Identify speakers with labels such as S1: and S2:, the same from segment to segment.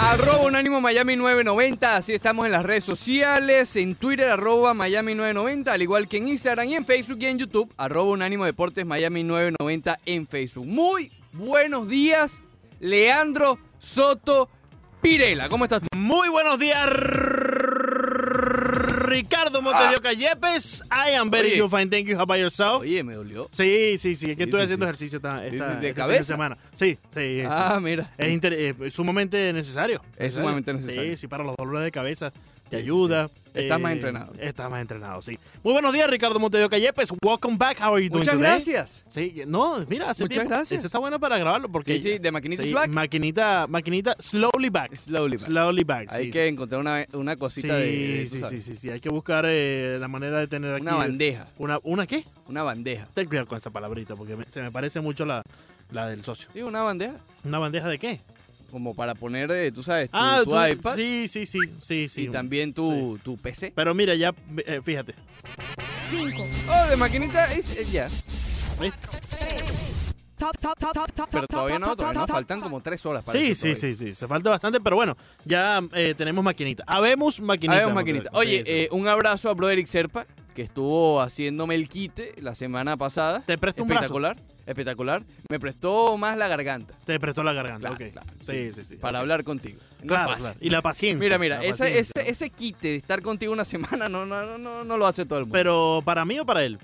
S1: Arroba Unánimo Miami 990, así estamos en las redes sociales, en Twitter arroba Miami 990, al igual que en Instagram y en Facebook y en YouTube, arroba Unánimo Deportes Miami 990 en Facebook. Muy buenos días, Leandro Soto Pirela, ¿cómo estás tú?
S2: Muy buenos días, Ricardo Montelioca Yepes. I am very
S1: Ah. Oye.
S2: you fine, thank you, how about yourself?
S1: Oye, me dolió.
S2: Sí, sí, sí, es
S1: Sí,
S2: que estoy
S1: sí,
S2: haciendo
S1: sí.
S2: ejercicio esta,
S1: Sí,
S2: esta,
S1: sí, de
S2: este fin
S1: cabeza.
S2: semana. Sí, sí, sí,
S1: Ah,
S2: sí.
S1: mira.
S2: Es, inter- eh, sumamente necesario. necesario.
S1: sumamente necesario.
S2: Sí, sí, para los dolores de cabeza. Te
S1: Sí, sí,
S2: ayuda.
S1: sí. Estás más entrenado.
S2: Estás más entrenado, sí. Muy buenos días, Ricardo Montelioca Yepes. Welcome back. How are you doing
S1: Muchas
S2: today?
S1: gracias.
S2: Sí, no, mira, hace
S1: Muchas
S2: tiempo.
S1: gracias.
S2: Ese está bueno para grabarlo porque.
S1: Sí, sí, de maquinita
S2: sí,
S1: swag.
S2: Maquinita, maquinita, slowly back.
S1: Slowly, man.
S2: Slowly back.
S1: Hay
S2: sí,
S1: que encontrar una, una cosita de- de... tú
S2: sí,
S1: sabes,
S2: sí, sí, sí. Hay que buscar eh, la manera de tener aquí.
S1: Una bandeja,
S2: Una, ¿Una qué?
S1: una bandeja.
S2: Ten cuidado con esa palabrita porque me- se me parece mucho la, la del socio.
S1: Sí, una bandeja.
S2: ¿Una bandeja de qué?
S1: Como para poner, eh, tú sabes, tu, tu
S2: Ah, tú-
S1: iPad
S2: Sí, sí, sí. sí, sí.
S1: y también tu, tu PC.
S2: Pero mira, ya, eh, fíjate.
S3: 5,
S1: Oh, de maquinita es, es ya.
S2: ¿ves?
S3: 3. Top, top, top, top, top,
S1: Pero
S3: top,
S1: todavía no, todavía
S3: top, top,
S1: nos
S3: top,
S1: faltan
S3: top.
S1: como tres horas para
S2: Sí,
S1: eso
S2: sí,
S1: todavía.
S2: sí, sí. Se falta bastante, pero bueno, ya eh, tenemos maquinita. Habemos maquinita.
S1: Habemos maquinita. Oye,
S2: Sí, sí.
S1: eh, un abrazo a Broderick Serpa, que estuvo haciéndome el quite la semana pasada.
S2: Te presto un brazo.
S1: espectacular, espectacular. Me prestó más la garganta
S2: Te prestó la garganta.
S1: Claro,
S2: ok.
S1: claro.
S2: Sí, sí, sí.
S1: para
S2: Ok.
S1: hablar contigo. No
S2: Claro,
S1: es fácil.
S2: claro. Y la paciencia.
S1: Mira, mira,
S2: la
S1: ese,
S2: paciencia.
S1: ese, ese quite de estar contigo una semana no, no, no, no, no lo hace todo el mundo.
S2: Pero para mí o para él?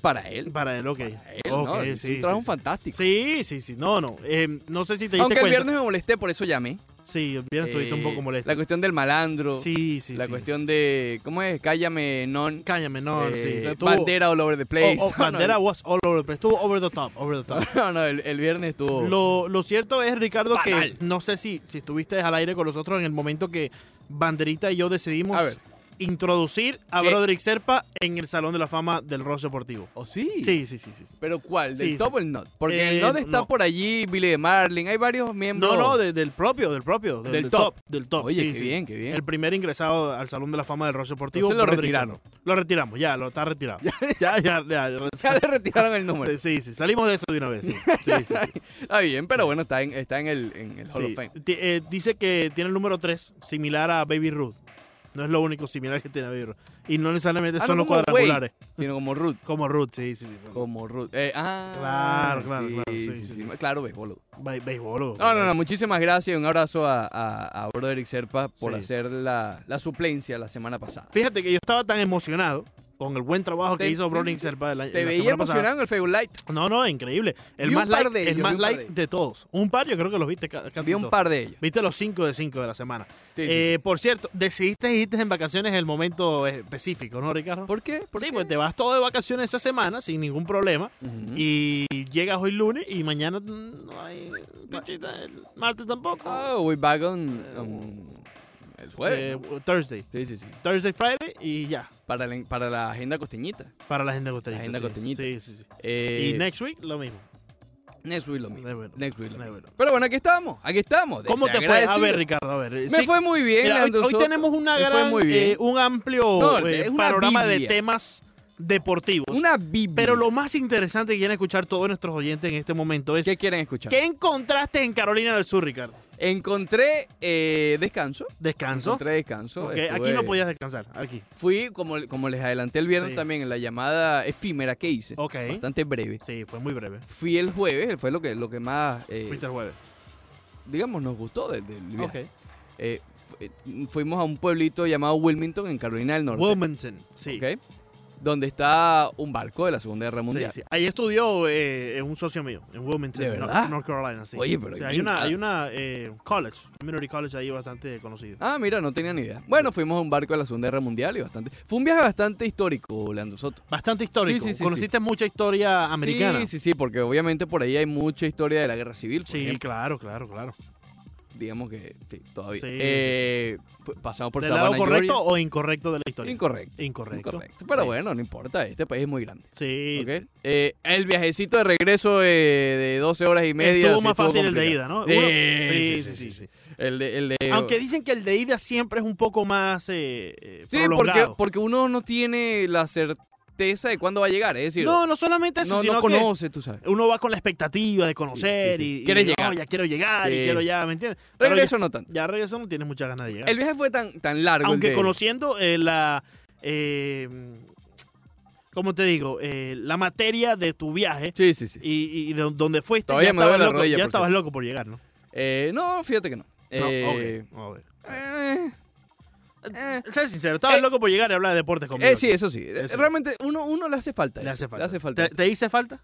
S1: para él,
S2: Para él, ok.
S1: para él,
S2: Ok,
S1: ¿no? Es un trabajo fantástico.
S2: Sí, sí, sí. No, no. Eh, no sé si te diste
S1: Aunque el
S2: cuenta.
S1: viernes me molesté, por eso llamé.
S2: Sí, el viernes estuviste un
S1: Eh,
S2: poco molesto.
S1: La cuestión del malandro.
S2: sí, sí,
S1: la
S2: sí.
S1: cuestión de. ¿Cómo es? Cállame, non.
S2: Cállame, no, no,
S1: eh,
S2: sí. Estuvo-
S1: bandera all over the place.
S2: Oh, oh,
S1: No, no,
S2: bandera was all over the place. Estuvo over the top, over the top.
S1: No, no, el, el viernes estuvo.
S2: Lo, lo cierto es, Ricardo,
S1: Fatal.
S2: que no sé si, si estuviste al aire con nosotros en el momento que Banderita y yo decidimos
S1: A ver.
S2: introducir a
S1: ¿Qué?
S2: Broderick Serpa en el Salón de la Fama del Ross Deportivo.
S1: ¿O sí?
S2: Sí, sí, sí, sí. sí.
S1: ¿Pero cuál? ¿Del
S2: Sí,
S1: top
S2: sí,
S1: o el not? Porque el
S2: Eh,
S1: not está
S2: no.
S1: por allí, Billy de Marlin, hay varios miembros.
S2: No, no, de- del propio, del propio. Del,
S1: Del
S2: del
S1: top.
S2: top. Del top,
S1: Oye,
S2: sí,
S1: qué
S2: sí.
S1: bien, qué bien.
S2: El primer ingresado al Salón de la Fama del Ross Deportivo.
S1: Entonces lo
S2: Broderick
S1: retiraron.
S2: Serpa. Lo retiramos, ya, lo está retirado. ya, ya, ya.
S1: Ya le retiraron el número.
S2: Sí, sí, salimos de eso de una vez. Sí, sí, sí, sí.
S1: Está bien, pero bueno, está en, está en el, en el Hall
S2: Sí.
S1: of Fame.
S2: Ti- eh, dice que tiene el número 3, similar a Baby Ruth. No es lo único similar que tiene a Baby Ruth. Y no necesariamente
S1: Ah, no
S2: son los
S1: como Wade.
S2: cuadrangulares.
S1: Sino como Ruth.
S2: Como Ruth, sí, sí, sí.
S1: Como Ruth. Eh, ah,
S2: Claro, claro,
S1: sí,
S2: claro, sí,
S1: sí,
S2: sí,
S1: sí.
S2: sí.
S1: Claro, ves, boludo.
S2: Ba- Béisbol. o-
S1: No, no, no, muchísimas gracias. Un abrazo a, a, a Broderick Serpa por
S2: Sí.
S1: hacer la, la suplencia la semana pasada.
S2: Fíjate que yo estaba tan emocionado con el buen trabajo que
S1: Te-
S2: hizo
S1: sí,
S2: Browning
S1: sí, sí.
S2: Serpa de la,
S1: Te
S2: la
S1: veía
S2: semana pasada.
S1: emocionado en el Facebook Light.
S2: No, no, increíble. El
S1: Vi un
S2: más
S1: par
S2: like,
S1: de
S2: el
S1: ellos,
S2: más
S1: vi un par
S2: like
S1: de
S2: de todos. Un par, yo creo que los viste ca- casi
S1: Vi un
S2: todos.
S1: par de ellos.
S2: Viste los 5 de 5 de la semana.
S1: Sí, sí,
S2: Eh, Por cierto, decidiste irte en vacaciones en el momento específico, ¿no, Ricardo?
S1: sí. ¿Por qué? ¿Por
S2: sí,
S1: qué?
S2: pues te vas todo de vacaciones esa semana sin ningún problema.
S1: Ujú.
S2: Y llegas hoy lunes y mañana mm, no hay canchita, el martes tampoco.
S1: Oh, we back on, on el
S2: Eh,
S1: jueves. ¿no?
S2: Thursday.
S1: Sí, sí, sí.
S2: Thursday, Friday y ya.
S1: Para la, para la agenda costeñita.
S2: Para la agenda costeñita.
S1: La agenda
S2: sí,
S1: costeñita.
S2: Sí, sí, sí.
S1: Eh,
S2: y next week lo mismo.
S1: next week lo mismo.
S2: Eh, bueno,
S1: Next week lo
S2: eh,
S1: mismo.
S2: bueno.
S1: Pero bueno, aquí estamos. Aquí estamos.
S2: ¿Cómo te fue? A
S1: Desagradecido.
S2: ver, Ricardo, a ver. eh,
S1: Me
S2: sí,
S1: fue muy bien,
S2: mira, hoy,
S1: Leandro
S2: hoy
S1: Soto.
S2: tenemos una
S1: Me fue
S2: gran,
S1: muy bien.
S2: eh, un amplio
S1: No,
S2: eh,
S1: es una
S2: panorama
S1: biblia.
S2: de temas deportivos.
S1: Una biblia.
S2: Pero lo más interesante que quieren escuchar todos nuestros oyentes en este momento es
S1: ¿Qué quieren escuchar?
S2: ¿qué encontraste en Carolina del Sur, Ricardo?
S1: Encontré eh, descanso.
S2: ¿Descanso?
S1: Encontré descanso.
S2: Ok,
S1: Estuve-
S2: aquí no podías descansar, aquí.
S1: Fui, como, como les adelanté el viernes
S2: Sí.
S1: también, en la llamada efímera que hice.
S2: Ok.
S1: Bastante breve.
S2: Sí, fue muy breve.
S1: Fui el jueves, fue lo que, lo que más, eh,
S2: Fuiste el jueves.
S1: digamos, nos gustó del, del viaje.
S2: Ok.
S1: Eh, fu- eh, fuimos a un pueblito llamado Wilmington, en Carolina del Norte.
S2: Wilmington, sí.
S1: ¿ok? Donde está un barco de la Segunda Guerra
S2: Sí,
S1: Mundial.
S2: sí. Ahí estudió eh, un socio mío, en Wilmington,
S1: ¿De
S2: Nor-
S1: verdad?
S2: North, Carolina, sí.
S1: Oye, pero
S2: Sí,
S1: qué
S2: hay una,
S1: bien.
S2: hay una eh, college, community college ahí bastante conocido.
S1: Ah, mira, no tenía ni idea. Bueno, fuimos a un barco de la Segunda Guerra Mundial y bastante. Fue un viaje bastante histórico, Leandro Soto.
S2: Bastante histórico.
S1: Sí, sí, sí,
S2: Conociste mucha historia americana.
S1: Sí, sí, sí, porque obviamente por ahí hay mucha historia de la Guerra Civil. por
S2: Sí,
S1: ejemplo.
S2: claro, claro, claro.
S1: digamos que sí, todavía.
S2: Sí, sí,
S1: Eh, fu- Pasamos por
S2: ¿Del lado
S1: Savannah,
S2: correcto
S1: Georgia.
S2: o incorrecto de la historia?
S1: Incorrecto.
S2: Incorrecto.
S1: Incorrecto. Pero
S2: Sí.
S1: bueno, no importa, este país es muy grande.
S2: Sí.
S1: ¿ok?
S2: sí.
S1: Eh, el viajecito de regreso eh, de 12 horas y media.
S2: Estuvo
S1: sí
S2: más fácil el de
S1: complicado.
S2: ida, ¿no?
S1: Eh,
S2: Uno-
S1: sí, sí, sí, sí. El de, el de-
S2: Aunque dicen que el de ida siempre es un poco más eh, eh,
S1: Sí, porque,
S2: prolongado.
S1: porque uno no tiene la certeza certeza de cuándo va a llegar. Es decir,
S2: No, no solamente eso,
S1: no,
S2: sino
S1: no
S2: que
S1: conoce, tú sabes.
S2: uno va con la expectativa de conocer
S1: Sí, sí, sí.
S2: y, y
S1: Quieres
S2: no,
S1: llegar.
S2: ya quiero llegar
S1: Sí.
S2: y quiero ya, ¿me entiendes? Pero
S1: Regreso no tanto.
S2: Ya, ya regreso no tienes muchas ganas de llegar.
S1: El viaje fue tan, tan largo. el
S2: Aunque
S1: de-
S2: conociendo eh, la. Eh, ¿Cómo te digo? Eh, la materia de tu viaje
S1: Sí, sí, sí.
S2: y, y de donde fuiste.
S1: Todavía
S2: ya
S1: me duele
S2: estabas
S1: la
S2: loco,
S1: rodilla,
S2: Ya
S1: por
S2: estabas
S1: cierto.
S2: loco por llegar, ¿no?
S1: Eh, no, fíjate que no.
S2: No,
S1: Eh,
S2: ok, a ver.
S1: eh, eh.
S2: Sé sincero, estabas
S1: Eh,
S2: loco por llegar y hablar de deportes conmigo.
S1: Eh, sí, eso sí.
S2: Eso.
S1: Realmente uno, uno le hace falta.
S2: Le hace falta. ¿Te,
S1: falta.
S2: te hice falta?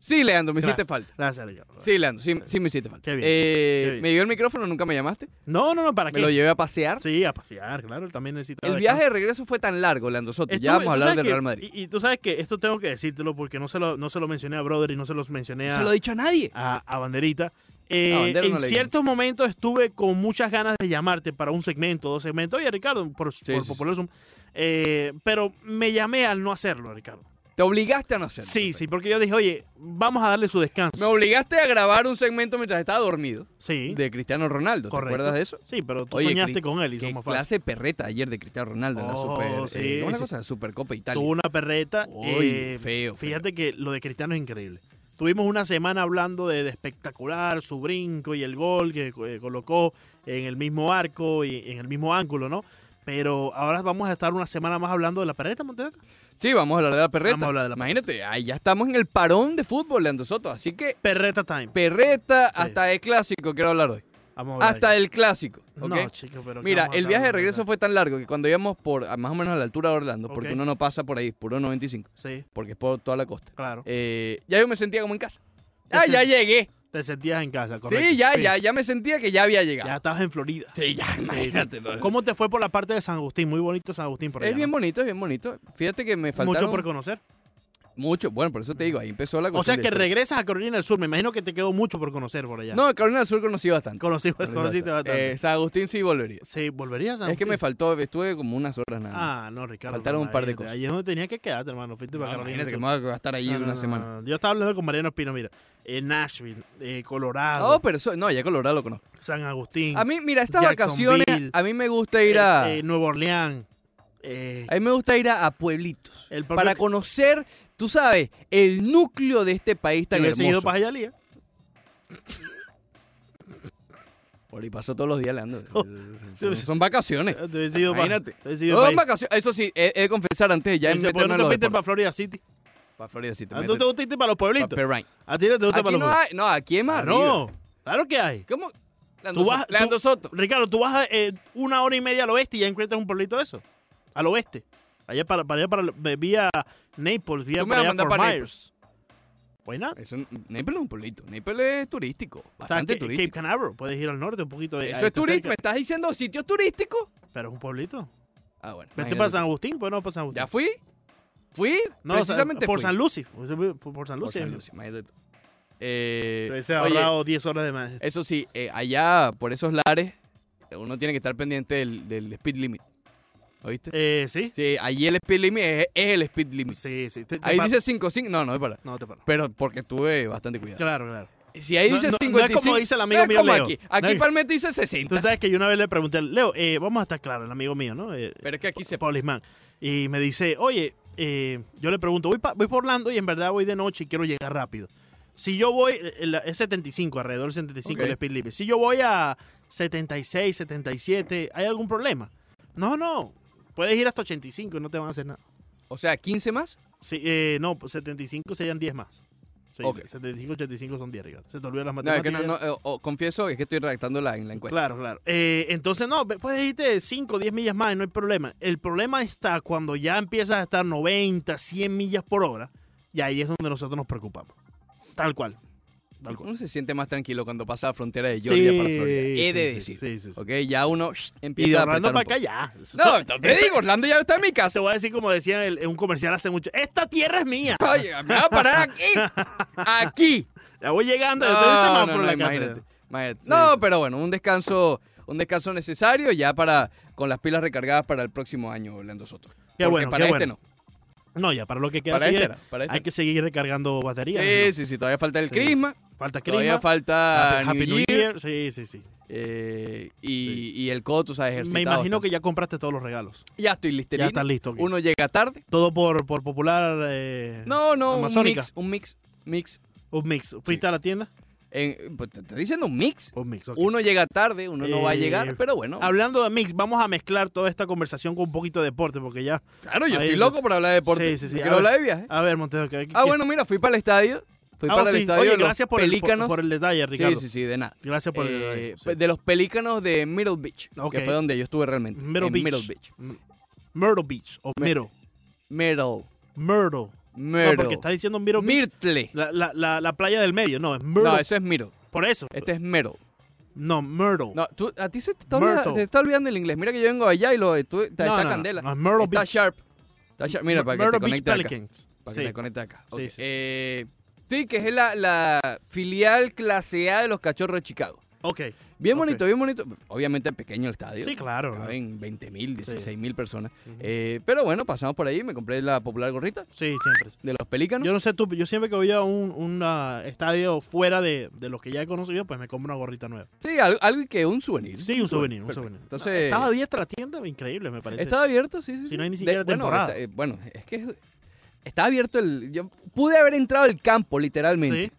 S1: Sí, Leandro, me hiciste
S2: Gracias.
S1: falta.
S2: Gracias, Leo.
S1: Sí, Leandro, sí, sí me hiciste falta.
S2: Qué bien,
S1: Eh,
S2: qué bien.
S1: Me llegó el micrófono, nunca me llamaste.
S2: No, no, no, ¿para
S1: Me lo
S2: qué?
S1: llevé a pasear.
S2: Sí, a pasear, claro, también necesitaba.
S1: El
S2: descanso.
S1: viaje de regreso fue tan largo, Leandro Soto.
S2: Estuve-
S1: ya vamos
S2: tú
S1: a hablar
S2: sabes
S1: del
S2: que-
S1: Real Madrid.
S2: Y, y tú sabes que esto tengo que decírtelo porque no se lo, no se lo mencioné a Brother y ah. no se los mencioné
S1: No
S2: a,
S1: se lo he dicho a nadie.
S2: a- a Banderita. Eh,
S1: A Bandera
S2: en
S1: no le
S2: ciertos momentos estuve con muchas ganas de llamarte para un segmento, dos segmentos. Oye, Ricardo, por, por
S1: sí,
S2: Popular Zoom. Eh, pero me llamé al no hacerlo, Ricardo.
S1: Te obligaste a no hacerlo.
S2: Sí,
S1: Perfecto.
S2: sí, porque yo dije, oye, vamos a darle su descanso.
S1: Me obligaste a grabar un segmento mientras estaba dormido
S2: sí,
S1: de Cristiano Ronaldo.
S2: correcto.
S1: ¿Te acuerdas de eso?
S2: Sí, pero tú
S1: Oye,
S2: soñaste
S1: Cri-
S2: con él y
S1: Qué
S2: somos fácil.
S1: clase perreta ayer de Cristiano Ronaldo en la
S2: Oh,
S1: Super.
S2: sí,
S1: eh, ¿cómo es la
S2: sí.
S1: cosa? Supercopa Italia.
S2: Tuvo una perreta.
S1: Uy,
S2: eh,
S1: feo,
S2: Fíjate que lo de Cristiano es increíble. Tuvimos una semana hablando de, de espectacular, su brinco y el gol que eh, colocó en el mismo arco y en el mismo ángulo, ¿no? Pero ahora vamos a estar una semana más hablando de la perreta, Montedero.
S1: Sí, vamos a hablar de la perreta.
S2: Vamos a hablar de la
S1: Imagínate, ahí ya estamos en el parón de fútbol, Leandro Soto. Así que
S2: Perreta time.
S1: perreta hasta el clásico quiero hablar hoy.
S2: Vamos a hablar
S1: Hasta
S2: de-
S1: el clásico. ¿ok?
S2: No, chico, pero ¿qué
S1: Mira,
S2: vamos a
S1: el
S2: hablar
S1: viaje de
S2: la
S1: regreso
S2: perreta?
S1: fue tan largo que cuando íbamos por a más o menos a la altura de Orlando, porque
S2: Ok.
S1: uno no pasa por ahí, puro 95,
S2: Sí,
S1: porque es por toda la costa.
S2: claro.
S1: eh, ya yo me sentía como en casa.
S2: Te
S1: Ah,
S2: sen-
S1: ya llegué.
S2: Te sentías en casa, correcto.
S1: sí, ya, ya, ya me sentía que ya había llegado.
S2: Ya estabas en Florida.
S1: Sí, ya, imagínate. ¿no?
S2: ¿Cómo te fue por la parte de San Agustín? Muy bonito San Agustín por allá.
S1: Es bien
S2: ¿no?
S1: bonito, es bien bonito. Fíjate que me
S2: Mucho
S1: faltaron
S2: por conocer.
S1: mucho. Bueno, por eso te digo, ahí empezó la
S2: O sea
S1: cuestión
S2: que
S1: de-
S2: regresas a Carolina del Sur. Me imagino que te quedó mucho por conocer por allá.
S1: No, Carolina del Sur conocí bastante.
S2: Conocí, conociste bastante.
S1: Eh, San Agustín sí volvería.
S2: sí, volverías a.
S1: Es que me
S2: Agustín?
S1: faltó, estuve como unas horas nada. más.
S2: Ah, no, Ricardo.
S1: faltaron un par de cosas.
S2: Ahí es donde tenías que quedarte, hermano. Fuiste
S1: No,
S2: para Carolina.
S1: imagínate
S2: del
S1: que
S2: Sur.
S1: me voy a estar ahí
S2: No, no,
S1: una
S2: no,
S1: semana. No,
S2: no, no. Yo estaba hablando con Mariano Espino, mira. En Nashville, eh, Colorado,
S1: pero eso- no, ya Colorado lo conozco.
S2: San Agustín,
S1: A mí, mira, estas
S2: Jacksonville,
S1: vacaciones, a mí me gusta
S2: eh,
S1: ir a...
S2: eh, Nueva Orleans. eh,
S1: A mí me gusta ir a, a pueblitos.
S2: el propio-
S1: Para conocer, tú sabes, el núcleo de este país
S2: Te
S1: tan
S2: hubiese ido
S1: hermoso.
S2: para Hialeah.
S1: Por ahí paso todos los días, Leandro.
S2: Oh, tú-
S1: Son vacaciones.
S2: Te hubiese ido para.
S1: Imagínate.
S2: Te hubiese ido
S1: Son
S2: para ahí.
S1: vacaciones. Eso sí, he, he de confesar antes de ya
S2: Dice, ¿por
S1: meternos
S2: qué no
S1: en
S2: te
S1: los
S2: fuiste
S1: deportes.
S2: para Florida City?
S1: Para Florida sí, te
S2: ¿A ti ¿No
S1: metes-
S2: te gusta irte para los
S1: pa'
S2: pueblitos?
S1: Perrine.
S2: ¿A ti no te gusta para
S1: Aquí
S2: los
S1: no
S2: pueblitos?
S1: hay, no, aquí es más
S2: Ah,
S1: arriba.
S2: No, claro que hay.
S1: ¿Cómo? Leandro,
S2: Tú vas-
S1: Soto. Leandro
S2: tú-
S1: Soto.
S2: Ricardo, tú vas eh, una hora y media al oeste y ya encuentras un pueblito de eso. Al oeste. Allá para, para allá para eh, vía Naples, vía
S1: Tú me
S2: para
S1: vas a
S2: allá
S1: mandar
S2: Fort
S1: para
S2: Myers. Why not?
S1: Eso, n- Naples es un pueblito. Naples es turístico.
S2: Está
S1: Bastante
S2: Ca- Cape
S1: turístico.
S2: Canaveral, puedes ir al norte un poquito. de- ahí
S1: Eso es
S2: está
S1: turístico. ¿Me
S2: cerca.
S1: estás diciendo sitios turísticos?
S2: Pero es un pueblito.
S1: Ah, bueno.
S2: Vete
S1: imagínate
S2: para
S1: tú.
S2: San Agustín, pues no para San Agustín.
S1: ¿Ya fui? ¿Fui?
S2: no, o sea,
S1: Precisamente
S2: por
S1: fui.
S2: San Lucy. Por, por San
S1: Por
S2: Lucy.
S1: San
S2: amigo.
S1: Lucy, imagínate tú. Eh,
S2: Te hubiese
S1: oye,
S2: ahorrado 10 horas de más.
S1: eso sí, eh, allá por esos lares, eh, uno tiene que estar pendiente del, del speed limit. ¿Oíste?
S2: Eh, sí.
S1: Sí, allí el speed limit es, es el speed limit.
S2: Sí, sí. Te- te
S1: Ahí
S2: Este pa-
S1: dice 55. No, no es para.
S2: No, te paro.
S1: Pero porque tuve bastante cuidado.
S2: Claro, claro.
S1: Si ahí
S2: No,
S1: dice
S2: no, no es
S1: 55.
S2: como dice el amigo
S1: no es
S2: mío
S1: como
S2: Leo.
S1: aquí.
S2: No
S1: Aquí
S2: es-
S1: palmente dice 60.
S2: Tú sabes que yo una vez le pregunté, Leo, eh, vamos a estar claros, el amigo mío, ¿no? Eh,
S1: Pero es que aquí se.
S2: Paul Isman. Y me dice, oye, eh, yo le pregunto, voy, pa- voy por Orlando y en verdad voy de noche y quiero llegar rápido. Si yo voy, eh, la- es 75, alrededor del 75
S1: Ok.
S2: el speed limit. Si yo voy a 76, 77, ¿hay algún problema? No, no. Puedes ir hasta 85 y no te van a hacer nada.
S1: O sea, 15 más.
S2: Sí, eh, no, pues 75 serían 10 más. Sí,
S1: Ok.
S2: 75, 85 son 10, Ricardo. Se te olvidan las
S1: No, es que
S2: matemáticas.
S1: no, no, eh, oh, confieso es que estoy redactando la, en la encuesta.
S2: Claro, claro. Eh, entonces, no, ve- puedes irte 5 o 10 millas más y no hay problema. El problema está cuando ya empiezas a estar 90, 100 millas por hora y ahí es donde nosotros nos preocupamos. Tal cual. Tal cual.
S1: Uno se siente más tranquilo cuando pasa la frontera de Georgia para Florida. He
S2: sí,
S1: de
S2: sí,
S1: decir.
S2: sí, sí, sí.
S1: Ok, ya uno shh,
S2: Y de
S1: empieza a
S2: Orlando
S1: apretar
S2: para
S1: un
S2: acá
S1: poco.
S2: ya.
S1: No, te digo, Orlando ya está en mi
S2: Se
S1: casa.
S2: voy a decir como decía el- en un comercial hace mucho. Esta tierra es mía.
S1: Oye, me va a parar aquí. Aquí.
S2: La voy llegando.
S1: No,
S2: estoy en el
S1: no,
S2: semáforo
S1: no,
S2: en la casa.
S1: imagínate, imagínate.
S2: Sí,
S1: No,
S2: sí.
S1: pero bueno, un descanso, un descanso necesario ya para con las pilas recargadas para el próximo año, Orlando Soto.
S2: Qué
S1: Porque
S2: bueno,
S1: para
S2: qué
S1: este
S2: bueno. No, ya para lo que queda
S1: Para
S2: sigue-
S1: este era, para este
S2: hay
S1: era.
S2: que seguir
S1: no.
S2: recargando baterías.
S1: Sí,
S2: ¿no?
S1: sí, sí, todavía falta el
S2: Sí,
S1: crisma.
S2: Falta
S1: Todavía
S2: Crisma.
S1: falta
S2: Happy Happy
S1: New Year,
S2: Sí, sí, sí.
S1: eh, y,
S2: Sí.
S1: y el coto, o sea, ejercitado.
S2: Me imagino que ya compraste todos los regalos.
S1: Ya estoy listo.
S2: Ya está listo. ok.
S1: Uno llega tarde.
S2: Todo por, por popular. eh,
S1: No, no, un
S2: Amazónica.
S1: mix, un mix, mix.
S2: Un mix. ¿Fuiste a la tienda?
S1: En- pues, te estoy diciendo un mix.
S2: Un mix. ok.
S1: Uno llega tarde, uno no va a
S2: Eh,
S1: llegar, pero bueno.
S2: Hablando de mix, vamos a mezclar toda esta conversación con un poquito de deporte, porque ya.
S1: Claro, yo
S2: ahí
S1: estoy
S2: lo-
S1: loco por hablar de deporte.
S2: Sí, sí, sí,
S1: Yo
S2: a
S1: Quiero
S2: ver.
S1: hablar de viaje.
S2: A ver, Montejo. ¿qué-
S1: Ah,
S2: qué-
S1: bueno, mira, fui para el estadio. Fui
S2: Ah,
S1: para
S2: sí.
S1: el estadio
S2: Oye,
S1: de los
S2: gracias por el, por,
S1: pelícanos.
S2: por el detalle, Ricardo.
S1: Sí, sí, sí, de nada.
S2: Gracias por el
S1: Eh,
S2: detalle. sí.
S1: De los pelícanos de Middle Beach,
S2: Ok.
S1: que fue donde yo estuve realmente.
S2: Myrtle
S1: en
S2: Beach.
S1: Middle Beach.
S2: M- Myrtle Beach. O
S1: Me-
S2: Myrtle.
S1: Middle.
S2: Myrtle.
S1: Myrtle.
S2: No, porque está diciendo Myrtle Beach.
S1: Myrtle.
S2: La, la, la, la playa del medio. No, es Myrtle.
S1: No, eso es Middle.
S2: Por eso.
S1: Este es Middle.
S2: No, Myrtle.
S1: No, tú, a ti se te está, olvidando,
S2: Myrtle.
S1: te está olvidando el inglés. Mira que yo vengo allá y lo, tú, está,
S2: No,
S1: está
S2: no, no,
S1: candela.
S2: no, es Myrtle
S1: está
S2: Beach.
S1: sharp. Está sharp. Mira, para que
S2: Myrtle
S1: te
S2: Beach
S1: conectes acá.
S2: Pelicans.
S1: Para
S2: Sí.
S1: que te conectes acá.
S2: Sí,
S1: Ok.
S2: sí, sí.
S1: Eh, sí, que es la, la filial clase A de los cachorros de Chicago.
S2: Ok.
S1: Bien
S2: Ok.
S1: bonito, bien bonito. Obviamente pequeño el estadio.
S2: Sí, claro. ¿no?
S1: Caben 20 mil, 16 mil personas.
S2: Ujú.
S1: Eh, pero bueno, pasamos por ahí. Me compré la popular gorrita
S2: Sí, siempre.
S1: de los pelícanos.
S2: Yo no sé tú, pero yo siempre que voy a un, un, ah, estadio fuera de, de los que ya he conocido, pues me compro una gorrita nueva.
S1: sí, algo, algo y que un souvenir.
S2: Sí, un souvenir, un
S1: Perfecto.
S2: souvenir.
S1: Entonces-
S2: ¿Estás a dieta la tienda? Increíble, me parece.
S1: Estaba abierto, sí, sí.
S2: Si
S1: sí.
S2: no hay ni siquiera
S1: bueno,
S2: temporada.
S1: está- eh, bueno, es que está abierto el. Yo pude haber entrado al campo, literalmente.
S2: Sí.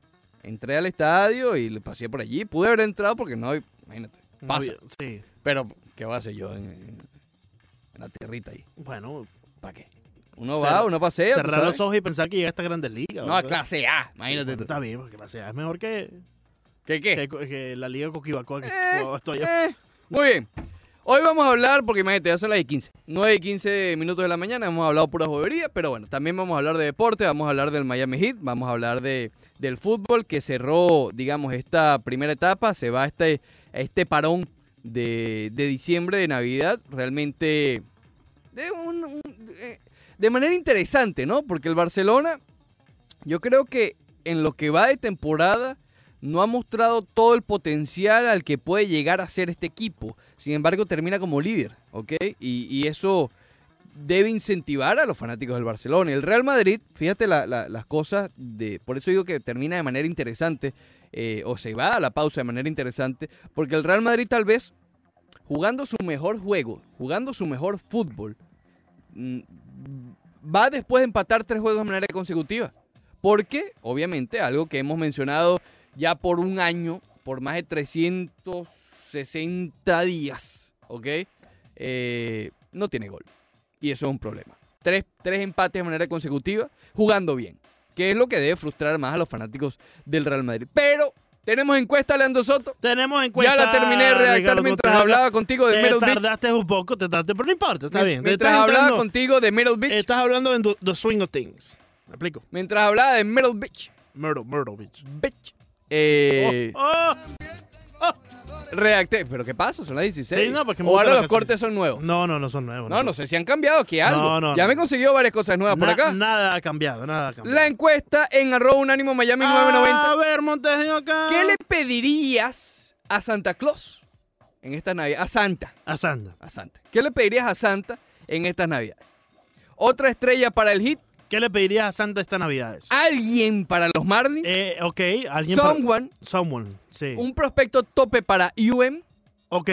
S1: Entré al estadio y le pasé por allí. Pude haber entrado porque no hay. Imagínate.
S2: Muy
S1: Pasa.
S2: bien, Sí.
S1: Pero, ¿qué voy a hacer yo en, en- en la tierrita ahí?
S2: Bueno,
S1: ¿Para qué? Uno
S2: Cerra-
S1: va, uno pasea. tú
S2: cerrar los
S1: sabes.
S2: ojos y pensar que llega a esta grande liga.
S1: No, a clase A, imagínate tú.
S2: Está bien, porque clase A es mejor que,
S1: ¿Qué qué?
S2: que, que la liga de Coquibacoa que
S1: Eh,
S2: jugaba esto allá.
S1: eh. Muy bien. Hoy vamos a hablar, porque imagínate, ya son las 15. 9 y 15 minutos de la mañana, hemos hablado pura jodería, pero bueno, también vamos a hablar de deporte, vamos a hablar del Miami Heat, vamos a hablar de, del fútbol que cerró, digamos, esta primera etapa, se va a este, a este parón de, de diciembre, de Navidad, realmente de, un- un- de- de manera interesante, ¿no? Porque el Barcelona, yo creo que en lo que va de temporada, no ha mostrado todo el potencial al que puede llegar a ser este equipo. Sin embargo, termina como líder, ¿ok? Y, y eso debe incentivar a los fanáticos del Barcelona. El Real Madrid, fíjate la- la- las cosas, de, por eso digo que termina de manera interesante, eh, o se va a la pausa de manera interesante, porque el Real Madrid tal vez, jugando su mejor juego, jugando su mejor fútbol, mm, va después de empatar tres juegos de manera consecutiva. Porque, obviamente, algo que hemos mencionado ya por un año, por más de 360 días, ¿ok? Eh, no tiene gol. Y eso es un problema. Tres, tres empates de manera consecutiva, jugando bien. Que es lo que debe frustrar más a los fanáticos del Real Madrid. Pero tenemos encuesta, Leandro Soto.
S2: Tenemos en cuenta.
S1: ya la terminé de redactar
S2: Ricardo,
S1: mientras
S2: tú
S1: hablaba contigo de
S2: Te
S1: Middle Beach.
S2: tardaste un poco, te tardaste, pero no importa, está bien. Te
S1: Mientras
S2: estás
S1: hablaba
S2: entrando-
S1: contigo de Middle Beach.
S2: Estás hablando de The Swing of Things. ¿Me explico?
S1: Mientras hablaba de Middle Beach.
S2: Myrtle, Myrtle Beach.
S1: Beach. Eh,
S2: Oh, oh,
S1: Redacté. ¿Pero qué pasa? Son las 16.
S2: Sí, no, porque me
S1: o
S2: gusta
S1: ahora
S2: la
S1: los
S2: canción.
S1: cortes son
S2: oh.
S1: nuevos.
S2: No, no, no son nuevos.
S1: No, no sé si han cambiado, que algo.
S2: No, no,
S1: ya
S2: no.
S1: me he conseguido varias cosas nuevas por
S2: Na-
S1: acá.
S2: Nada ha cambiado, nada ha cambiado.
S1: La encuesta en arroba unánimo Miami
S2: Ah,
S1: 990.
S2: A ver, Montes acá.
S1: ¿Qué le pedirías a Santa Claus en esta Navidad? A Santa,
S2: A Sanda.
S1: a Santa. ¿Qué le pedirías a Santa en estas Navidades? Otra estrella para el hit,
S2: ¿Qué le pedirías a Santa estas navidades?
S1: alguien para los Marlins,
S2: Eh, ok, alguien. para-
S1: someone,
S2: Someone, sí.
S1: un prospecto tope para UM
S2: Ok.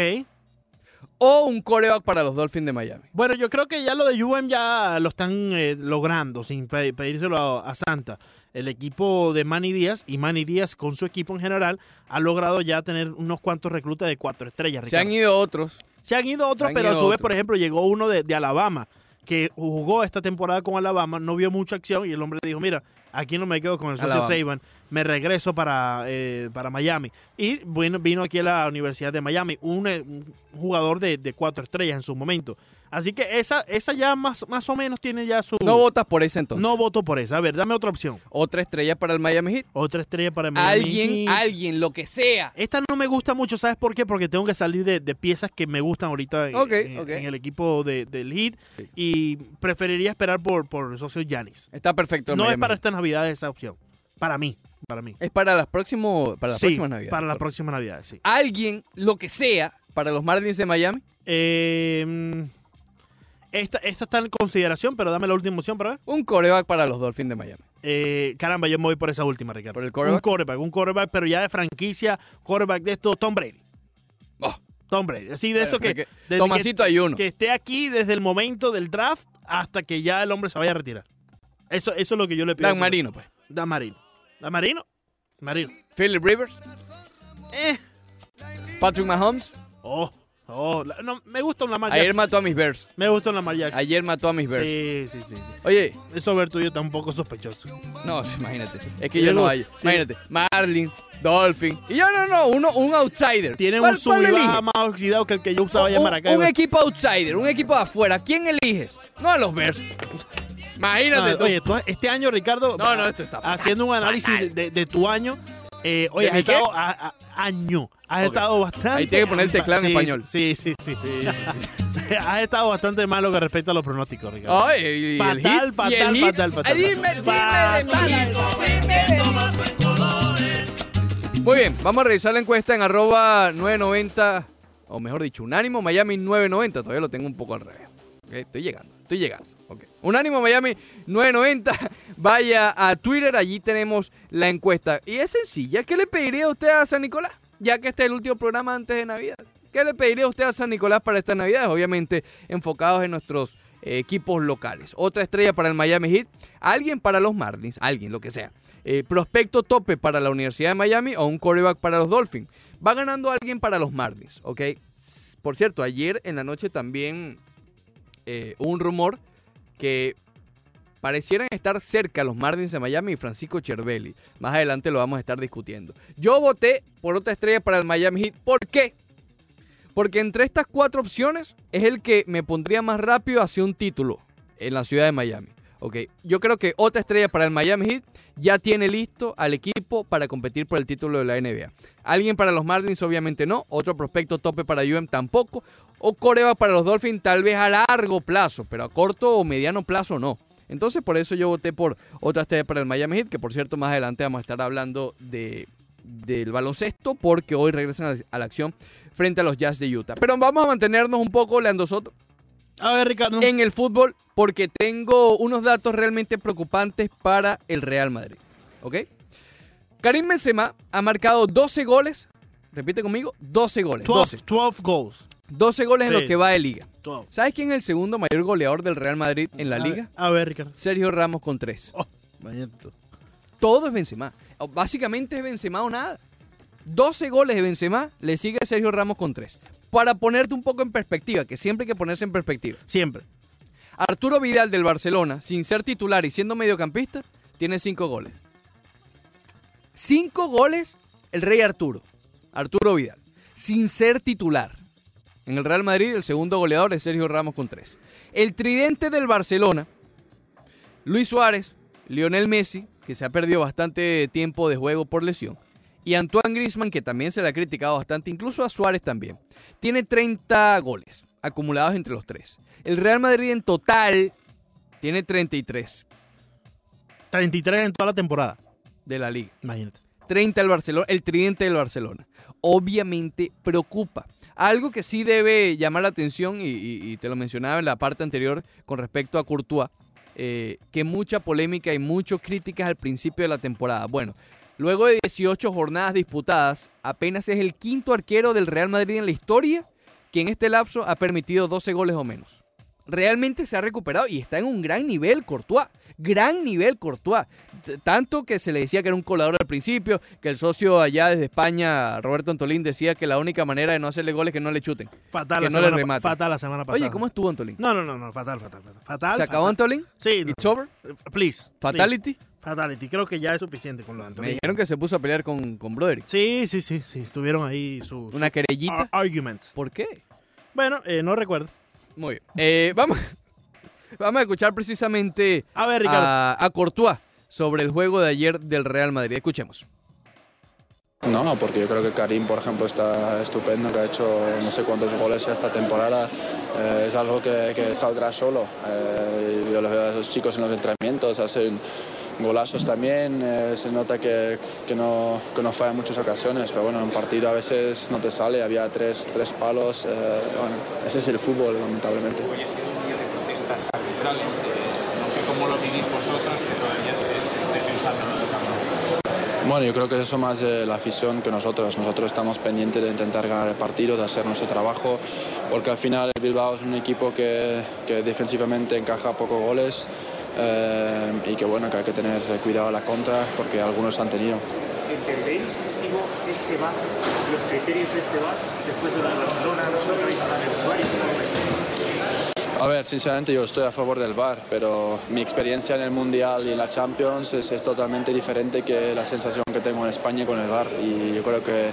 S1: o un coreback para los Dolphins de Miami.
S2: Bueno, yo creo que ya lo de UM ya lo están eh, logrando sin pe- pedírselo a, a Santa. El equipo de Manny Díaz y Manny Díaz con su equipo en general ha logrado ya tener unos cuantos reclutas de cuatro estrellas.
S1: Se han
S2: Ricardo.
S1: ido otros.
S2: Se han ido otros,
S1: Se han
S2: pero a
S1: ido
S2: su vez,
S1: otros.
S2: por ejemplo, llegó uno de, de Alabama que jugó esta temporada con Alabama, no vio mucha acción y el hombre dijo, mira, aquí no me quedo con el socio
S1: Alabama.
S2: Saban, me regreso para, eh, para Miami. Y bueno, vino aquí a la Universidad de Miami, un, eh, un jugador de, de cuatro estrellas en su momento. Así que esa, esa ya más, más o menos tiene ya su...
S1: No votas por ese entonces.
S2: Uh. No voto por esa. A ver, dame otra opción.
S1: Otra estrella para el Miami Heat.
S2: Otra estrella para Miami.
S1: Alguien, alguien, lo que sea.
S2: Esta no me gusta mucho, ¿sabes por qué? Porque tengo que salir de, de piezas que me gustan ahorita en,
S1: Ok,
S2: en-
S1: ok.
S2: en el equipo de, del Heat
S1: Sí.
S2: y preferiría esperar por, por el socio Yanis.
S1: Está perfecto. el
S2: No es
S1: Miami
S2: para
S1: Heat.
S2: esta Navidad esa opción. Para mí, para mí.
S1: Es para las próximas para las
S2: Sí,
S1: próximas navidades.
S2: Para las
S1: Por-
S2: próximas Navidades, sí.
S1: Alguien, lo que sea, para los Marlins de Miami.
S2: Eh, esta, esta está en consideración, pero dame la última opción para ver.
S1: Un coreback para los Dolphins de Miami.
S2: Eh, caramba, yo me voy por esa última, Ricardo.
S1: ¿Por el quarterback?
S2: Un quarterback, un quarterback, pero ya de franquicia, quarterback de esto, Tom Brady.
S1: Oh.
S2: Tom Brady. Así de eso que,
S1: Porque
S2: desde
S1: Tomasito hay
S2: que,
S1: uno.
S2: que esté aquí desde el momento del draft hasta que ya el hombre se vaya a retirar. Eso, eso es lo que yo le pido. a
S1: Dan
S2: ese-
S1: Marino, pues.
S2: Dan Marino. Dan Marino. Marino.
S1: Philip Rivers,
S2: Eh.
S1: Patrick Mahomes.
S2: Oh, oh. la- no, me gusta un Lamar
S1: Ayer
S2: Jackson.
S1: mató a mis Bears.
S2: Me gusta un Lamar Jackson.
S1: Ayer mató a mis Bears.
S2: Sí, sí, sí, sí.
S1: Oye,
S2: Eso ver tuyo está un poco sospechoso.
S1: no, imagínate. Es que
S2: Y
S1: yo no
S2: luego-
S1: hay. Imagínate. Marlins, Dolphins. Y yo no, no, uno, un outsider.
S2: Tiene
S1: ¿Cuál-
S2: un
S1: cuál eliges?
S2: subibaja más oxidado que el que yo usaba allá en
S1: Un-
S2: Maracaibo.
S1: Un, equipo outsider, un equipo de afuera. ¿Quién eliges? No a los Bears. Imagínate
S2: No,
S1: tú.
S2: oye, tú has- este año, Ricardo,
S1: No, no, esto está
S2: haciendo un análisis de, de tu año, eh, oye,
S1: ¿De
S2: has
S1: mi qué?
S2: estado a- a- año, has
S1: Ok.
S2: estado bastante...
S1: Ahí tiene que poner el teclado en
S2: Sí,
S1: español.
S2: Sí, sí, sí.
S1: Sí, sí, sí.
S2: has estado bastante malo con respecto a los pronósticos, Ricardo.
S1: Ay, y el hit, y
S2: Fatal, fatal,
S1: el hit.
S2: fatal, fatal,
S1: Ay, Dime, dime
S2: fatal.
S1: de mí, dime de mí. Muy bien, vamos a revisar la encuesta en arroba 990, o mejor dicho, Unánimo Miami 990. Todavía lo tengo un poco al revés. Ok, Estoy llegando, estoy llegando. ok. Unánimo Miami 990. Vaya a Twitter, allí tenemos la encuesta. Y es sencilla. ¿Qué le pediría usted a San Nicolás? Ya que este es el último programa antes de Navidad. ¿Qué le pediría usted a San Nicolás para estas Navidades? Obviamente enfocados en nuestros eh, equipos locales. Otra estrella para el Miami Heat. Alguien para los Marlins. Alguien, lo que sea. Eh, prospecto tope para la Universidad de Miami o un quarterback para los Dolphins. Va ganando alguien para los Marlins, ¿ok? S- Por cierto, ayer en la noche también eh, un rumor que parecieran estar cerca los Marlins de Miami y Francisco Cervelli. Más adelante lo vamos a estar discutiendo. Yo voté por otra estrella para el Miami Heat. ¿Por qué? Porque entre estas cuatro opciones es el que me pondría más rápido hacia un título en la ciudad de Miami. Ok, yo creo que otra estrella para el Miami Heat ya tiene listo al equipo para competir por el título de la NBA. Alguien para los Marlins obviamente no, otro prospecto tope para UM tampoco, o Coreba para los Dolphins tal vez a largo plazo, pero a corto o mediano plazo no. Entonces por eso yo voté por otra estrella para el Miami Heat, que por cierto más adelante vamos a estar hablando de, del baloncesto porque hoy regresan a la- a la acción frente a los Jazz de Utah. Pero vamos a mantenernos un poco, Leandro Soto,
S2: A ver, Ricardo.
S1: Oh. en el fútbol porque tengo unos datos realmente preocupantes para el Real Madrid. ¿Ok? Karim Benzema ha marcado 12 goles. Repite conmigo, 12 goles. 12,
S2: 12, 12 goals.
S1: 12 goles en
S2: Sí.
S1: lo que va de liga.
S2: 12.
S1: ¿Sabes quién es el segundo mayor goleador del Real Madrid en la
S2: A
S1: liga?
S2: ver- A ver, Ricardo.
S1: Sergio Ramos con 3.
S2: Oh, vaya tú.
S1: Todo es Benzema. O- Básicamente es Benzema o nada. 12 goles de Benzema, le sigue Sergio Ramos con 3. Para ponerte un poco en perspectiva, que siempre hay que ponerse en perspectiva.
S2: Siempre.
S1: Arturo Vidal del Barcelona, sin ser titular y siendo mediocampista, tiene cinco goles. Cinco goles el Rey Arturo. Arturo Vidal. Sin ser titular. En el Real Madrid, el segundo goleador es Sergio Ramos con tres. El tridente del Barcelona, Luis Suárez, Lionel Messi, que se ha perdido bastante tiempo de juego por lesión, y Antoine Griezmann, que también se le ha criticado bastante, incluso a Suárez también. Tiene 30 goles acumulados entre los tres. El Real Madrid en total tiene 33
S2: 33 en toda la temporada.
S1: de la liga.
S2: Imagínate.
S1: 30 el Barcelona, el tridente del Barcelona. Obviamente preocupa. Algo que sí debe llamar la atención, y, y- y te lo mencionaba en la parte anterior con respecto a Courtois, eh, que mucha polémica y muchas críticas al principio de la temporada. Bueno, luego de 18 jornadas disputadas, apenas es el quinto arquero del Real Madrid en la historia que en este lapso ha permitido 12 goles o menos. Realmente se ha recuperado y está en un gran nivel Courtois. Gran nivel Courtois. T- Tanto que se le decía que era un colador al principio, que el socio allá desde España, Roberto Antolín, decía que la única manera de no hacerle goles es que no le chuten.
S2: Fatal
S1: Que
S2: la
S1: no le
S2: semana
S1: remate.
S2: Fatal la semana pasada.
S1: Oye, ¿cómo estuvo Antolín?
S2: No, no, no, no, fatal, fatal, fatal. Fatal.
S1: ¿Se acabó
S2: fatal.
S1: Antolín?
S2: Sí, no.
S1: ¿It's over?
S2: please. please.
S1: ¿Fatality?
S2: Fatality. Creo que ya es suficiente con lo de
S1: Me
S2: Antonio.
S1: dijeron que se puso a pelear con, con Broderick.
S2: Sí, sí, sí, sí. Estuvieron ahí sus
S1: Una
S2: Ah.
S1: querellita.
S2: arguments.
S1: ¿Por qué?
S2: Bueno, eh, no recuerdo.
S1: Muy bien. Eh, vamos, vamos a escuchar precisamente
S2: A ver, Ricardo.
S1: a, a Courtois sobre el juego de ayer del Real Madrid. Escuchemos.
S4: No, porque yo creo que Karim, por ejemplo, está estupendo, que ha hecho no sé cuántos goles esta temporada. Eh, es algo que, que saldrá solo. Eh, yo los veo a esos chicos en los entrenamientos, hacen golazos también. eh, se nota que, que no, que no falla en muchas ocasiones, pero bueno, en un partido a veces no te sale. Había tres, tres palos. eh, bueno, ese es el fútbol, lamentablemente.
S5: Hoy he sido un día de protestas arbitrales. eh, no sé cómo ¿Cómo lo vivís vosotros que todavía es, es- esté pensando en el camino?
S4: Bueno, yo creo que eso más eh, la afición que nosotros. Nosotros estamos pendientes de intentar ganar el partido, de hacer nuestro trabajo, porque al final el Bilbao es un equipo que, que defensivamente encaja pocos goles eh, y que bueno, que hay que tener cuidado a la contra porque algunos han tenido.
S6: ¿Entendéis, digo, este bar, los criterios de este bar, después de la de Barcelona, no se organiza la de Suárez?
S4: A ver, sinceramente yo estoy a favor del VAR, pero mi experiencia en el Mundial y en la Champions es, es totalmente diferente que la sensación que tengo en España con el VAR. Y yo creo que...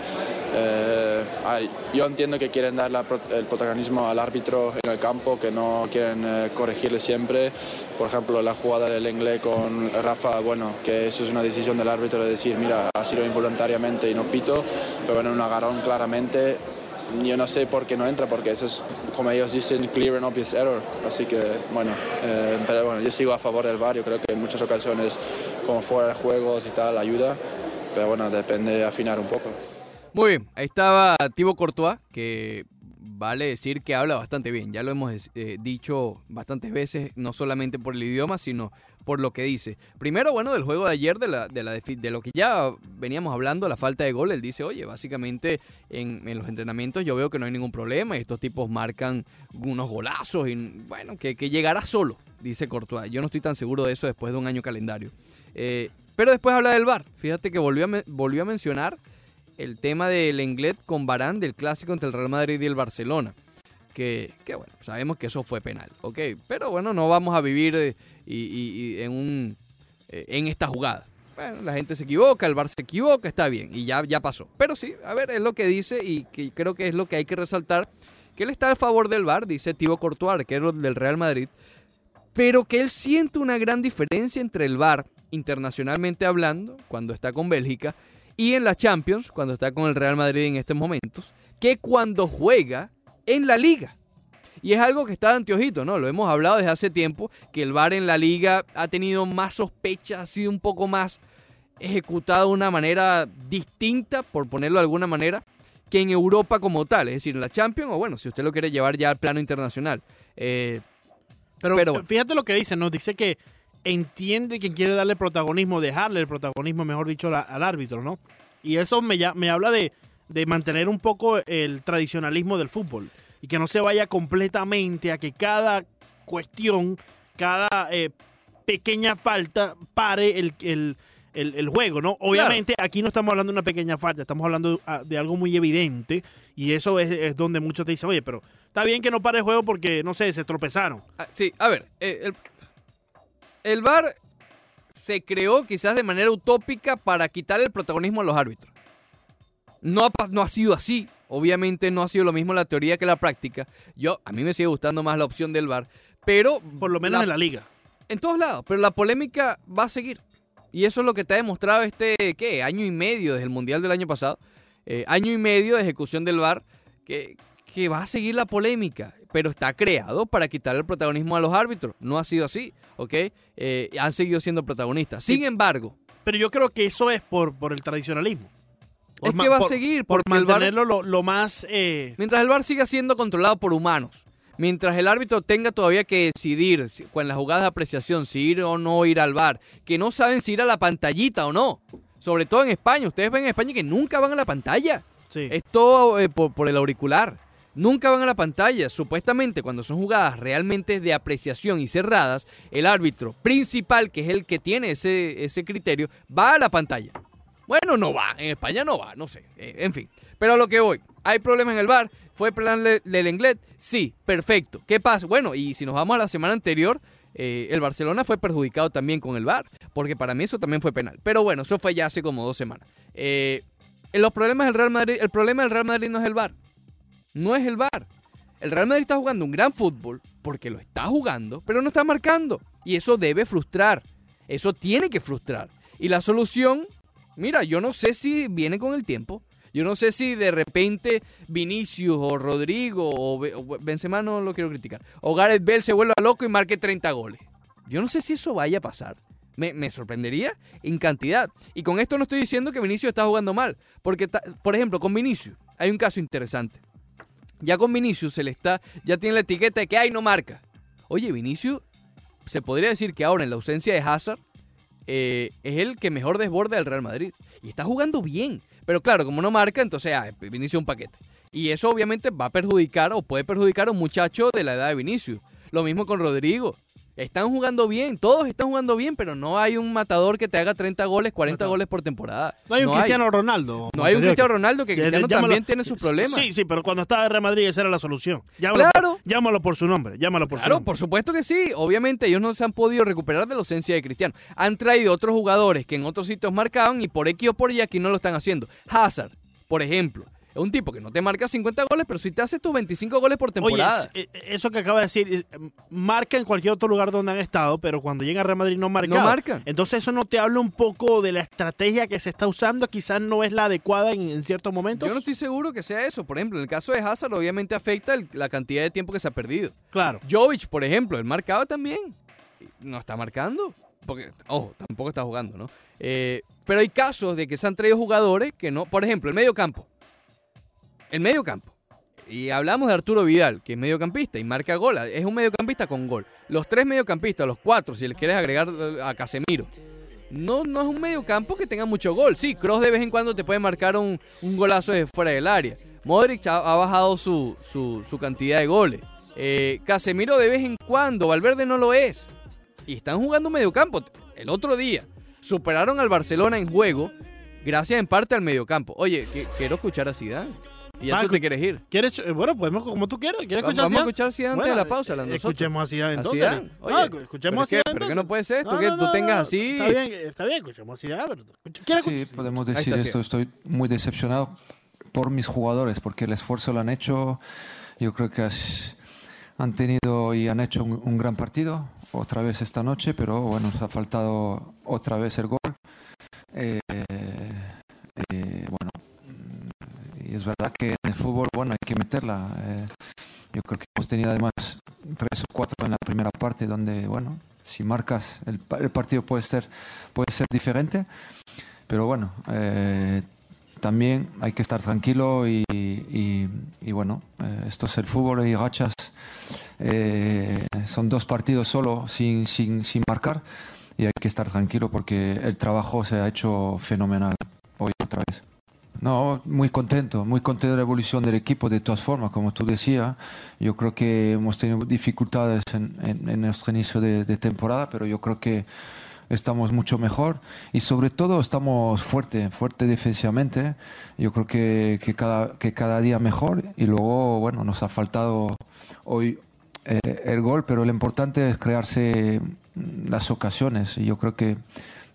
S4: eh, ay, yo entiendo que quieren dar la pro- el protagonismo al árbitro en el campo, que no quieren eh, corregirle siempre. Por ejemplo, la jugada del inglés con Rafa, bueno, que eso es una decisión del árbitro de decir, mira, ha sido involuntariamente y no pito, pero en un agarrón claramente yo no sé por qué no entra, porque eso es, como ellos dicen, clear and obvious error. Así que, bueno, eh, pero bueno, yo sigo a favor del VAR, yo creo que en muchas ocasiones, como fuera de juegos y tal, ayuda, pero bueno, depende de afinar un poco.
S1: Muy bien, ahí estaba Thibaut Courtois, que vale decir que habla bastante bien. Ya lo hemos des- eh, dicho bastantes veces, no solamente por el idioma, sino por lo que dice. Primero, bueno, del juego de ayer, de, la, de, la defi- de lo que ya veníamos hablando, la falta de gol. Él dice, oye, básicamente en, en los entrenamientos yo veo que no hay ningún problema y estos tipos marcan unos golazos y, bueno, que, que llegará solo, dice Courtois. Yo no estoy tan seguro de eso después de un año calendario. Eh, pero después habla del VAR. Fíjate que volvió a me- volvió a mencionar el tema del Englet con Barán del clásico entre el Real Madrid y el Barcelona. Que, que bueno, sabemos que eso fue penal, ¿ok? Pero bueno, no vamos a vivir eh, y, y- y en, un, eh, en esta jugada. Bueno, la gente se equivoca, el Bar se equivoca, está bien, y ya, ya pasó. Pero sí, a ver, es lo que dice y que creo que es lo que hay que resaltar, que él está a favor del Bar, dice Thibaut Courtois, arquero del Real Madrid, pero que él siente una gran diferencia entre el VAR, internacionalmente hablando, cuando está con Bélgica, y en la Champions, cuando está con el Real Madrid en estos momentos, que cuando juega en la liga. Y es algo que está de anteojito, ¿no? Lo hemos hablado desde hace tiempo, que el VAR en la liga ha tenido más sospechas, ha sido un poco más ejecutado de una manera distinta, por ponerlo de alguna manera, que en Europa como tal, es decir, en la Champions, o bueno, si usted lo quiere llevar ya al plano internacional. Eh,
S2: Pero,
S1: Pero bueno.
S2: fíjate lo que dice, nos dice que entiende que quiere darle protagonismo, dejarle el protagonismo, mejor dicho, la- al árbitro, ¿no? Y eso me, ya- me habla de, de mantener un poco el tradicionalismo del fútbol y que no se vaya completamente a que cada cuestión, cada eh, pequeña falta pare el, el- el- el juego, ¿no? Obviamente aquí no estamos hablando de una pequeña falta, estamos hablando ah, de algo muy evidente y eso es, es donde muchos te dicen, oye, pero está bien que no pare el juego porque, no sé, se tropezaron.
S1: Ah, Sí, a ver, eh, el, el VAR se creó quizás de manera utópica para quitar el protagonismo a los árbitros. No ha, pa- no ha sido así. Obviamente no ha sido lo mismo la teoría que la práctica. Yo, a mí me sigue gustando más la opción del VAR, pero...
S2: Por lo menos
S1: la-
S2: en la liga.
S1: en todos lados, pero la polémica va a seguir. Y eso es lo que te ha demostrado este, ¿qué? Año y medio desde el Mundial del año pasado. eh, año y medio de ejecución del VAR, que, que va a seguir la polémica, pero está creado para quitar el protagonismo a los árbitros. No ha sido así, ¿ok? Eh, han seguido siendo protagonistas. Sin embargo,
S2: Pero yo creo que eso es por, por el tradicionalismo. Por
S1: es
S2: ma-
S1: que va a
S2: por-
S1: seguir,
S2: Por
S1: porque el VAR
S2: mantenerlo lo, lo más... eh,
S1: Mientras el VAR siga siendo controlado por humanos, mientras el árbitro tenga todavía que decidir si- con las jugadas de apreciación si ir o no ir al VAR, que no saben si ir a la pantallita o no, sobre todo en España, ustedes ven en España que nunca van a la pantalla,
S2: sí.
S1: es todo eh, por, por el auricular, nunca van a la pantalla, supuestamente cuando son jugadas realmente de apreciación y cerradas, el árbitro principal, que es el que tiene ese, ese criterio, va a la pantalla. Bueno, no va. En España no va, no sé. Eh, En fin. Pero a lo que voy. ¿Hay problemas en el bar? ¿Fue plan de- del Englet? Sí, perfecto. ¿Qué pasa? Bueno, y si nos vamos a la semana anterior, eh, el Barcelona fue perjudicado también con el bar, porque para mí eso también fue penal. Pero bueno, eso fue ya hace como dos semanas. Eh, los problemas del Real Madrid, el problema del Real Madrid no es el bar. No es el bar. El Real Madrid está jugando un gran fútbol porque lo está jugando, pero no está marcando. Y eso debe frustrar. Eso tiene que frustrar. Y la solución, mira, yo no sé si viene con el tiempo. Yo no sé si de repente Vinicius o Rodrigo o Be- o Benzema no lo quiero criticar. O Gareth Bell se vuelva loco y marque 30 goles. Yo no sé si eso vaya a pasar. Me, me sorprendería en cantidad. Y con esto no estoy diciendo que Vinicius está jugando mal. Porque, ta- por ejemplo, con Vinicius hay un caso interesante. Ya con Vinicius se le está, ya tiene la etiqueta de que ay no marca. Oye, Vinicius se podría decir que ahora en la ausencia de Hazard eh, es el que mejor desborda del Real Madrid. Y está jugando bien. Pero claro, como no marca, entonces ah, Vinicius un paquete. Y eso obviamente va a perjudicar o puede perjudicar a un muchacho de la edad de Vinicius. Lo mismo con Rodrigo. Están jugando bien, todos están jugando bien, pero no hay un matador que te haga 30 goles, 40 goles por temporada.
S2: No hay un Cristiano Ronaldo.
S1: No hay un
S2: Montevideo.
S1: Cristiano Ronaldo que
S2: Ya-
S1: Cristiano
S2: llámalo-
S1: también tiene sus problemas.
S2: Sí, sí, pero cuando estaba en Real Madrid esa era la solución. Llámalo,
S1: Claro.
S2: por- llámalo por su nombre, llámalo por
S1: Claro,
S2: su nombre.
S1: por supuesto que sí. Obviamente ellos no se han podido recuperar de la ausencia de Cristiano. Han traído otros jugadores que en otros sitios marcaban y por X o por Y aquí no lo están haciendo. Hazard, por ejemplo, es un tipo que no te marca 50 goles, pero si te hace tus 25 goles por
S2: Oye,
S1: temporada.
S2: es- eh, eso que acaba de decir, eh, marca en cualquier otro lugar donde han estado, pero cuando llega a Real Madrid no marca.
S1: No marca.
S2: Entonces eso no te habla un poco de la estrategia que se está usando, quizás no es la adecuada en, en ciertos momentos.
S1: Yo no estoy seguro que sea eso. Por ejemplo, en el caso de Hazard obviamente afecta el- la cantidad de tiempo que se ha perdido.
S2: Claro.
S1: Jovic, por ejemplo, él marcaba también. No está marcando. Porque, ojo, tampoco está jugando, ¿no? Eh, pero hay casos de que se han traído jugadores que no. Por ejemplo, el medio campo. El medio campo. Y hablamos de Arturo Vidal, que es mediocampista y marca gol. Es un mediocampista con gol. Los tres mediocampistas, los cuatro, si le quieres agregar eh, a Casemiro. No, no es un mediocampo que tenga mucho gol. Sí, Cross de vez en cuando te puede marcar un, un golazo de fuera del área. Modric ha, ha bajado su, su- su cantidad de goles. Eh, Casemiro de vez en cuando, Valverde no lo es. Y están jugando mediocampo. El otro día superaron al Barcelona en juego gracias en parte al mediocampo. Oye, que- quiero escuchar a Zidane. Y ya tú
S2: Marco,
S1: te quieres ir.
S2: ¿Quieres, eh, bueno, podemos como tú quieras. ¿Quieres
S1: Vamos-
S2: escuchar
S1: vamos a escuchar a Zidane antes de la pausa, la
S2: eh,
S1: nosotros.
S2: Escuchemos a Zidane
S1: A
S2: entonces.
S1: Zidane.
S2: Ah,
S1: Oye, pero
S2: escuchemos a
S1: es que-
S2: Zidane.
S1: pero es que
S2: entonces.
S1: no puede ser, tú que tú tengas así-
S2: Está bien, está bien, escuchemos a Zidane. pero tú- ¿Quieres
S7: Sí,
S2: escuchar?
S7: podemos
S1: está
S7: decir
S1: bien.
S7: esto. Estoy muy decepcionado por mis jugadores, porque el esfuerzo lo han hecho. Yo creo que has- han tenido y han hecho un, un gran partido otra vez esta noche, pero bueno, nos ha faltado otra vez el gol. Eh, eh, bueno, mm, y es verdad que en el fútbol, bueno, hay que meterla. eh. yo creo que hemos tenido además tres o cuatro en la primera parte donde, bueno, si marcas, el, pa- el partido puede ser, puede ser diferente. Pero bueno, eh, también hay que estar tranquilo y, y- y bueno, eh, esto es el fútbol y rachas. eh, son dos partidos solo sin, sin, sin marcar y hay que estar tranquilo porque el trabajo se ha hecho fenomenal hoy otra vez. No, muy contento, muy contento de la evolución del equipo, de todas formas, como tú decías. Yo creo que hemos tenido dificultades en, en- en nuestro inicio de, de temporada, pero yo creo que estamos mucho mejor y sobre todo estamos fuerte, fuerte defensivamente. Yo creo que, que cada, que cada día mejor y luego, bueno, nos ha faltado hoy eh, el gol, pero lo importante es crearse mm, las ocasiones y yo creo que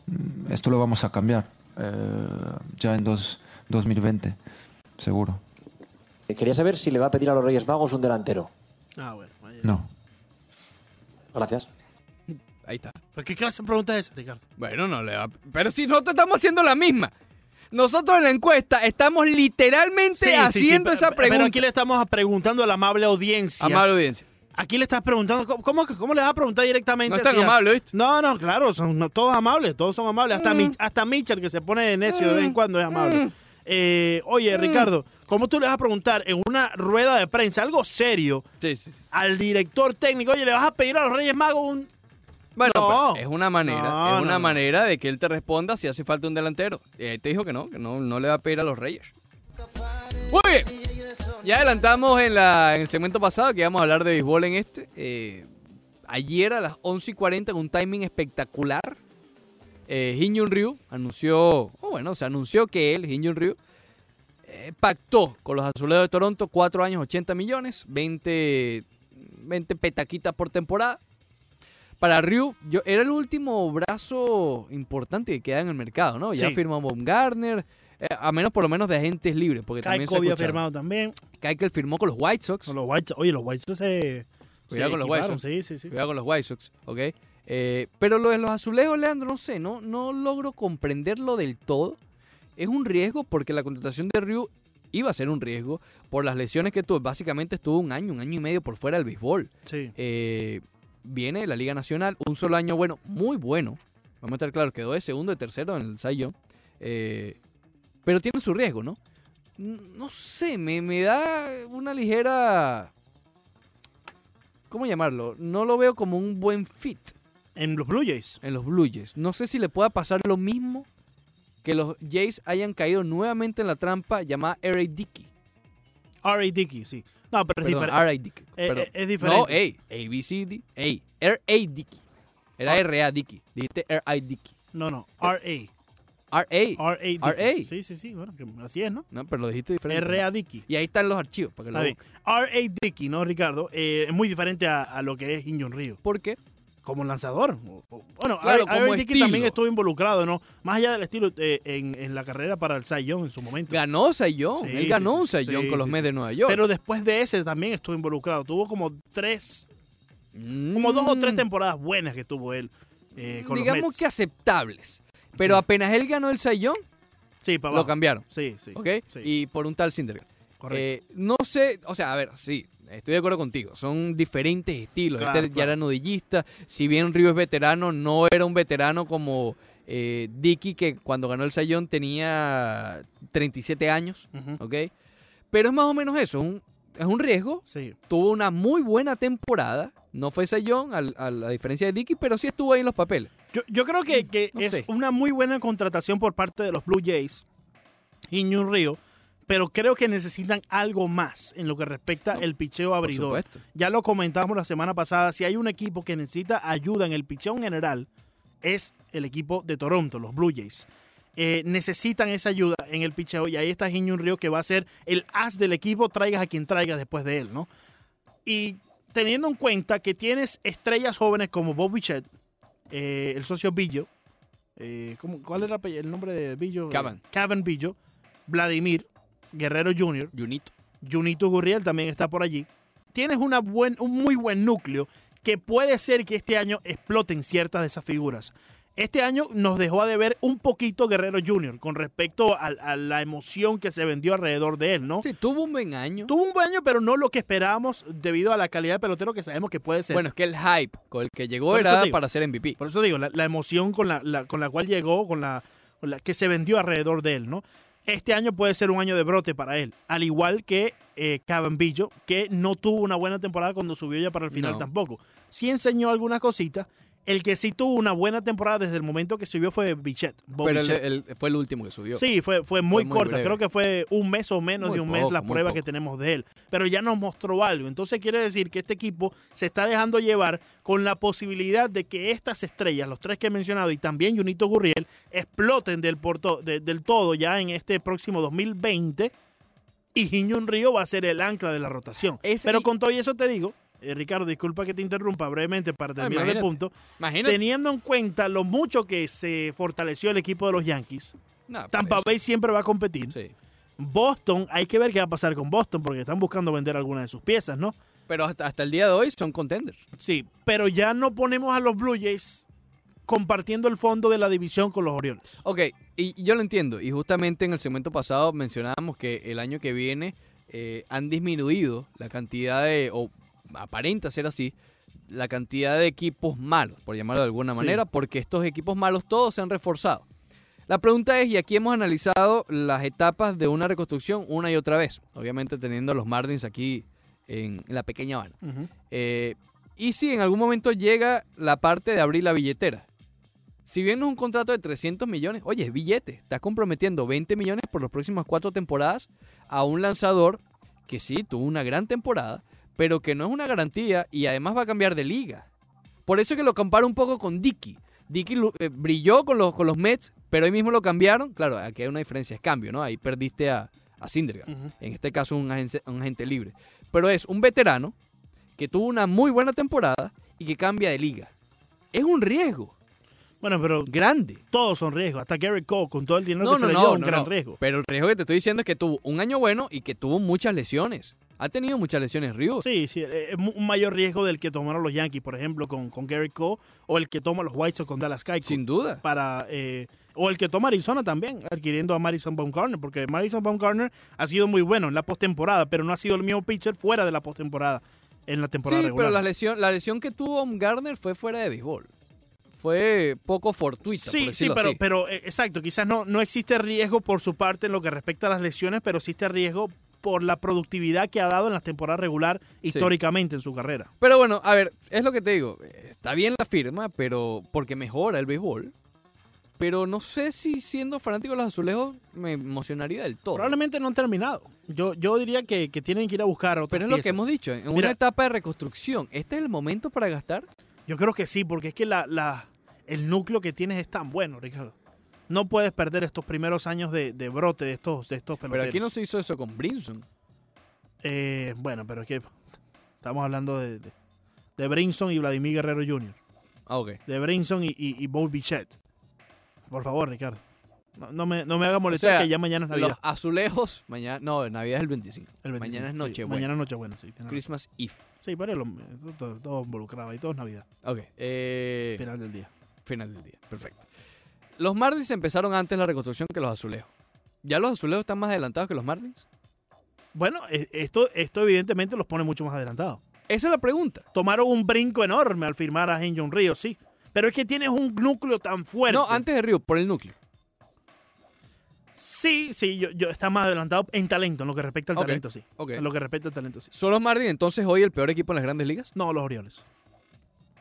S7: mm, esto lo vamos a cambiar eh, ya en dos, 2020, seguro.
S8: Eh, Quería saber si le va a pedir a los Reyes Magos un delantero.
S2: Ah, bueno. vaya.
S7: No.
S8: Gracias.
S1: Ahí está.
S2: ¿Pero ¿Qué clase de pregunta es esa, Ricardo?
S1: Bueno, no le va. Pero si nosotros estamos haciendo la misma. Nosotros en la encuesta estamos literalmente haciendo
S2: pe-
S1: esa
S2: pe- Pero
S1: pregunta.
S2: aquí le estamos preguntando a la amable audiencia.
S1: Amable audiencia.
S2: Aquí le estás preguntando, ¿cómo- ¿cómo, cómo le vas a preguntar directamente?
S1: No
S2: a
S1: es tan
S2: Zidane?
S1: amable, Mm. ¿viste?
S2: No, no, claro, son no, todos amables, todos son amables. Hasta, Mich- hasta Mitchell, que se pone de necio de
S1: Mm.
S2: vez en cuando, es amable. Eh, oye, Ricardo, ¿cómo tú le vas a preguntar en una rueda de prensa, algo serio,
S1: Sí, sí, sí.
S2: al director técnico, oye, le vas a pedir a los Reyes Magos un...
S1: Bueno,
S2: No.
S1: pero es una manera,
S2: No,
S1: es
S2: no,
S1: una
S2: no.
S1: manera de que él te responda si hace falta un delantero. Eh, te dijo que no, que no, no le va a pedir a los Reyes. Muy bien. Ya adelantamos en, la, en el segmento pasado que íbamos a hablar de béisbol en este. Eh, ayer a las 11 y 40, con un timing espectacular, eh, Hyun Ryu anunció, o bueno, se anunció que él, Hyun Ryu, eh, pactó con los Azules de Toronto 4 años 80 millones, 20, 20 petaquitas por temporada. Para Ryu, yo, era el último brazo importante que queda en el mercado, ¿no? Ya
S2: Sí.
S1: firmó a Baumgartner, eh, a menos por lo menos de agentes libres, porque también
S2: Caico
S1: se
S2: había
S1: escucharon.
S2: firmado también.
S1: Keuchel firmó con los White Sox.
S2: Con los White Sox. Oye, los White Sox se...
S1: Cuidado
S2: se
S1: con los White
S2: equiparon,
S1: Sox.
S2: Sí, sí, sí.
S1: Cuidado con los White Sox, ¿ok? Eh, pero lo de los azulejos, Leandro, no sé, no, no logro comprenderlo del todo. Es un riesgo porque la contratación de Ryu iba a ser un riesgo por las lesiones que tuvo. Básicamente estuvo un año, un año y medio por fuera del béisbol.
S2: Sí.
S1: Eh, viene de la Liga Nacional, un solo año bueno, muy bueno. Vamos a estar claros, quedó de segundo y tercero en el Sayo. pero tiene su riesgo, ¿no? N- No sé, me, me da una ligera. ¿Cómo llamarlo? No lo veo como un buen fit.
S2: En los Blue Jays.
S1: en los Blue Jays. No sé si le pueda pasar lo mismo que los Jays hayan caído nuevamente en la trampa llamada R.A. Dickey.
S2: R.A. Dickey, sí. No, pero
S1: Perdón,
S2: es diferente.
S1: R.A. Dickey.
S2: Eh,
S1: Perdón.
S2: eh, es diferente.
S1: No, ey, A, B, C, D, ey, R.A. Dickey. Era
S2: Ah.
S1: R.A. Dickey. Dijiste R.A. Dickey.
S2: No, no, R.A.
S1: R.A.
S2: R.A. Dickey.
S1: R.A..
S2: Sí, sí, sí, bueno, que así es, ¿no?
S1: No, pero lo dijiste diferente.
S2: R.A. Dickey.
S1: Y ahí están los archivos para que lo
S2: Está bien.
S1: busquen.
S2: R.A. Dickey, ¿no, Ricardo? Eh, es muy diferente a, a lo que es Injun Río.
S1: ¿Por qué?
S2: Como lanzador. O- o- Bueno,
S1: Claro,
S2: R.A.
S1: como
S2: Dickey también
S1: estilo.
S2: estuvo involucrado, ¿no? Más allá del estilo eh, en, en la carrera para el Cy Young en su momento.
S1: Ganó Sayón.
S2: Sí,
S1: Él ganó
S2: sí,
S1: un
S2: sí.
S1: Sayón
S2: Sí,
S1: con los
S2: sí,
S1: Mets
S2: sí.
S1: de Nueva York.
S2: Pero después de ese también estuvo involucrado. Tuvo como tres, como
S1: como
S2: dos o tres temporadas buenas que tuvo él eh, con
S1: Mm. Digamos
S2: los Mets.
S1: que aceptables. Pero
S2: Sí.
S1: apenas él ganó el Sayón,
S2: sí, para
S1: lo cambiaron.
S2: Sí, sí.
S1: ¿Ok?
S2: sí,
S1: Y por un tal Cinderella.
S2: correcto.
S1: Eh, no sé, o sea, a ver, sí, estoy de acuerdo contigo. Son diferentes estilos.
S2: Claro,
S1: este ya
S2: claro.
S1: era nudillista. Si bien Río es veterano, no era un veterano como eh, Dicky, que cuando ganó el Sayón tenía 37 años,
S2: Ujú,
S1: ¿ok? Pero es más o menos eso. un- es un riesgo.
S2: Sí.
S1: Tuvo una muy buena temporada. No fue Sayón, al- a la diferencia de Dicky, pero sí estuvo ahí en los papeles.
S2: Yo, yo creo que, que
S1: No
S2: es
S1: sé.
S2: una muy buena contratación por parte de los Blue Jays y New Rio, pero creo que necesitan algo más en lo que respecta al picheo
S1: Por
S2: abridor.
S1: supuesto.
S2: Ya lo comentamos la semana pasada, si hay un equipo que necesita ayuda en el picheo en general, es el equipo de Toronto, los Blue Jays. Eh, necesitan esa ayuda en el picheo y ahí está Giñón Río que va a ser el as del equipo, traigas a quien traigas después de él, ¿no? Y teniendo en cuenta que tienes estrellas jóvenes como Bob Bichette, eh, el socio Billo, eh, ¿cómo- ¿cuál era el apell- el nombre de Billo?
S1: Cavan.
S2: Cavan Billo, Vladimir, Guerrero Jr.,
S1: Junito.
S2: Junito Gurriel también está por allí. Tienes una buen, un muy buen núcleo que puede ser que este año exploten ciertas de esas figuras. Este año nos dejó a deber un poquito Guerrero Jr. con respecto al- a, la emoción que se vendió alrededor de él, ¿no?
S1: Sí, tuvo un buen año.
S2: Tuvo un buen año, pero no lo que esperábamos debido a la calidad de pelotero que sabemos que puede ser.
S1: Bueno, es que el hype con el que llegó
S2: Por eso
S1: era
S2: te digo.
S1: para ser MVP.
S2: Por eso digo, la, la emoción con la, la- con la cual llegó, con la, con la que se vendió alrededor de él, ¿no? Este año puede ser un año de brote para él, al igual que eh, Cabambillo, que no tuvo una buena temporada cuando subió ya para el final
S1: No.
S2: tampoco. Sí enseñó algunas cositas. El que sí tuvo una buena temporada desde el momento que subió fue Bichette. Bob
S1: pero el-
S2: Bichette.
S1: el- fue el último que subió.
S2: Sí, fue, fue muy
S1: muy
S2: corta.
S1: breve.
S2: Creo que fue un mes o menos
S1: Muy
S2: de un
S1: poco,
S2: mes la
S1: muy
S2: prueba
S1: poco.
S2: que tenemos de él. Pero ya nos mostró algo. Entonces quiere decir que este equipo se está dejando llevar con la posibilidad de que estas estrellas, los tres que he mencionado y también Junito Gurriel, exploten del, porto- de- del todo ya en este próximo 2020. Y Giñón Río va a ser el ancla de la rotación.
S1: Es-
S2: Pero
S1: y-
S2: con todo y eso te digo, eh, Ricardo, disculpa que te interrumpa brevemente para terminar el
S1: Ah, imagínate.
S2: punto.
S1: Imagínate.
S2: Teniendo en cuenta lo mucho que se fortaleció el equipo de los Yankees,
S1: No,
S2: Tampa
S1: por
S2: Bay siempre va a competir.
S1: eso. Sí.
S2: Boston, hay que ver qué va a pasar con Boston porque están buscando vender algunas de sus piezas, ¿no?
S1: Pero hasta, hasta el día de hoy son contenders.
S2: Sí, pero ya no ponemos a los Blue Jays compartiendo el fondo de la división con los Orioles.
S1: Ok, y y yo lo entiendo. Y justamente en el segmento pasado mencionábamos que el año que viene eh, han disminuido la cantidad de, o aparenta ser así, la cantidad de equipos malos, por llamarlo de alguna
S2: Sí.
S1: manera, porque estos equipos malos todos se han reforzado. La pregunta es, y aquí hemos analizado las etapas de una reconstrucción una y otra vez, obviamente teniendo a los Martins aquí en la pequeña Habana. Eh, y si en algún momento llega la parte de abrir la billetera. Si bien no es un contrato de 300 millones, oye, es billete. Estás comprometiendo 20 millones por las próximas cuatro temporadas a un lanzador que sí tuvo una gran temporada, pero que no es una garantía y además va a cambiar de liga. Por eso que lo comparo un poco con Dicky. Dicky lu- eh, brilló con los, con los Mets, pero hoy mismo lo cambiaron. Claro, aquí hay una diferencia, es cambio, ¿no? Ahí perdiste a, a Syndergaard.
S2: Ujú.
S1: En este caso, un agente, un agente libre. Pero es un veterano que tuvo una muy buena temporada y que cambia de liga. Es un riesgo
S2: Bueno, pero
S1: grande.
S2: todos son riesgos. Hasta Gary Cole, con todo el dinero que se le dio, un gran riesgo.
S1: Pero el riesgo que te estoy diciendo es que tuvo un año bueno y que tuvo muchas lesiones. Ha tenido muchas lesiones, Río.
S2: Sí, sí, eh, es mu- un mayor riesgo del que tomaron los Yankees, por ejemplo, con, con Gary Cole, o el que toma los White Sox con Dallas Keuchel.
S1: Sin duda.
S2: para eh, o el que toma Arizona también, adquiriendo a Madison Baumgartner, porque Madison Baumgartner ha sido muy bueno en la postemporada, pero no ha sido el mismo pitcher fuera de la postemporada, en la temporada
S1: Sí,
S2: regular.
S1: pero la lesión, la lesión que tuvo Garner fue fuera de béisbol. Fue poco fortuita,
S2: sí,
S1: por
S2: sí,
S1: decirlo
S2: pero,
S1: así.
S2: pero eh, exacto, quizás no, no existe riesgo por su parte en lo que respecta a las lesiones, pero existe riesgo por la productividad que ha dado en las temporadas regular históricamente en su carrera.
S1: Pero bueno, a ver, es lo que te digo. Está bien la firma, pero porque mejora el béisbol. Pero no sé si siendo fanático de los azulejos me emocionaría del todo.
S2: Probablemente no han terminado. Yo, yo diría que, que tienen que ir a buscar otras
S1: Pero es lo que
S2: piezas.
S1: hemos dicho, en una
S2: Mira.
S1: etapa de reconstrucción, ¿este es el momento para gastar?
S2: Yo creo que sí, porque es que la, la- el núcleo que tienes es tan bueno, Ricardo. No puedes perder estos primeros años de, de brote de estos, de estos
S1: Pero
S2: peloteros.
S1: aquí no se hizo eso con Brinson.
S2: Eh, bueno, pero es que estamos hablando de, de, de Brinson y Vladimir Guerrero Jr.
S1: Ah, ok.
S2: De Brinson y, y, y Bo Bichette. Por favor, Ricardo. No, no me, no me haga molestar
S1: sea,
S2: que ya mañana es
S1: Los
S2: Navidad.
S1: azulejos, mañana, no, Navidad es el 25.
S2: El 25,
S1: Mañana es
S2: sí.
S1: noche,
S2: Mañana es noche, bueno, sí. tienes razón.
S1: Christmas Eve.
S2: Sí, pero lo- eh, todo, todo involucrado y todo es Navidad.
S1: Ok, eh,
S2: Final del día.
S1: final del día, perfecto. Los Marlins empezaron antes la reconstrucción que los azulejos. ¿Ya los azulejos están más adelantados que los Marlins?
S2: Bueno, e- esto, esto evidentemente los pone mucho más adelantados.
S1: Esa es la pregunta.
S2: tomaron un brinco enorme al firmar a Henjon Río, sí. Pero es que tienes un núcleo tan fuerte.
S1: No, antes de Río, por el núcleo.
S2: Sí, sí, yo, yo está más adelantado en talento, en lo que respecta al
S1: Ok,
S2: talento, sí.
S1: ok.
S2: En lo que respecta al talento, sí.
S1: ¿Son los Marlins entonces hoy el peor equipo en las grandes ligas?
S2: No, los Orioles.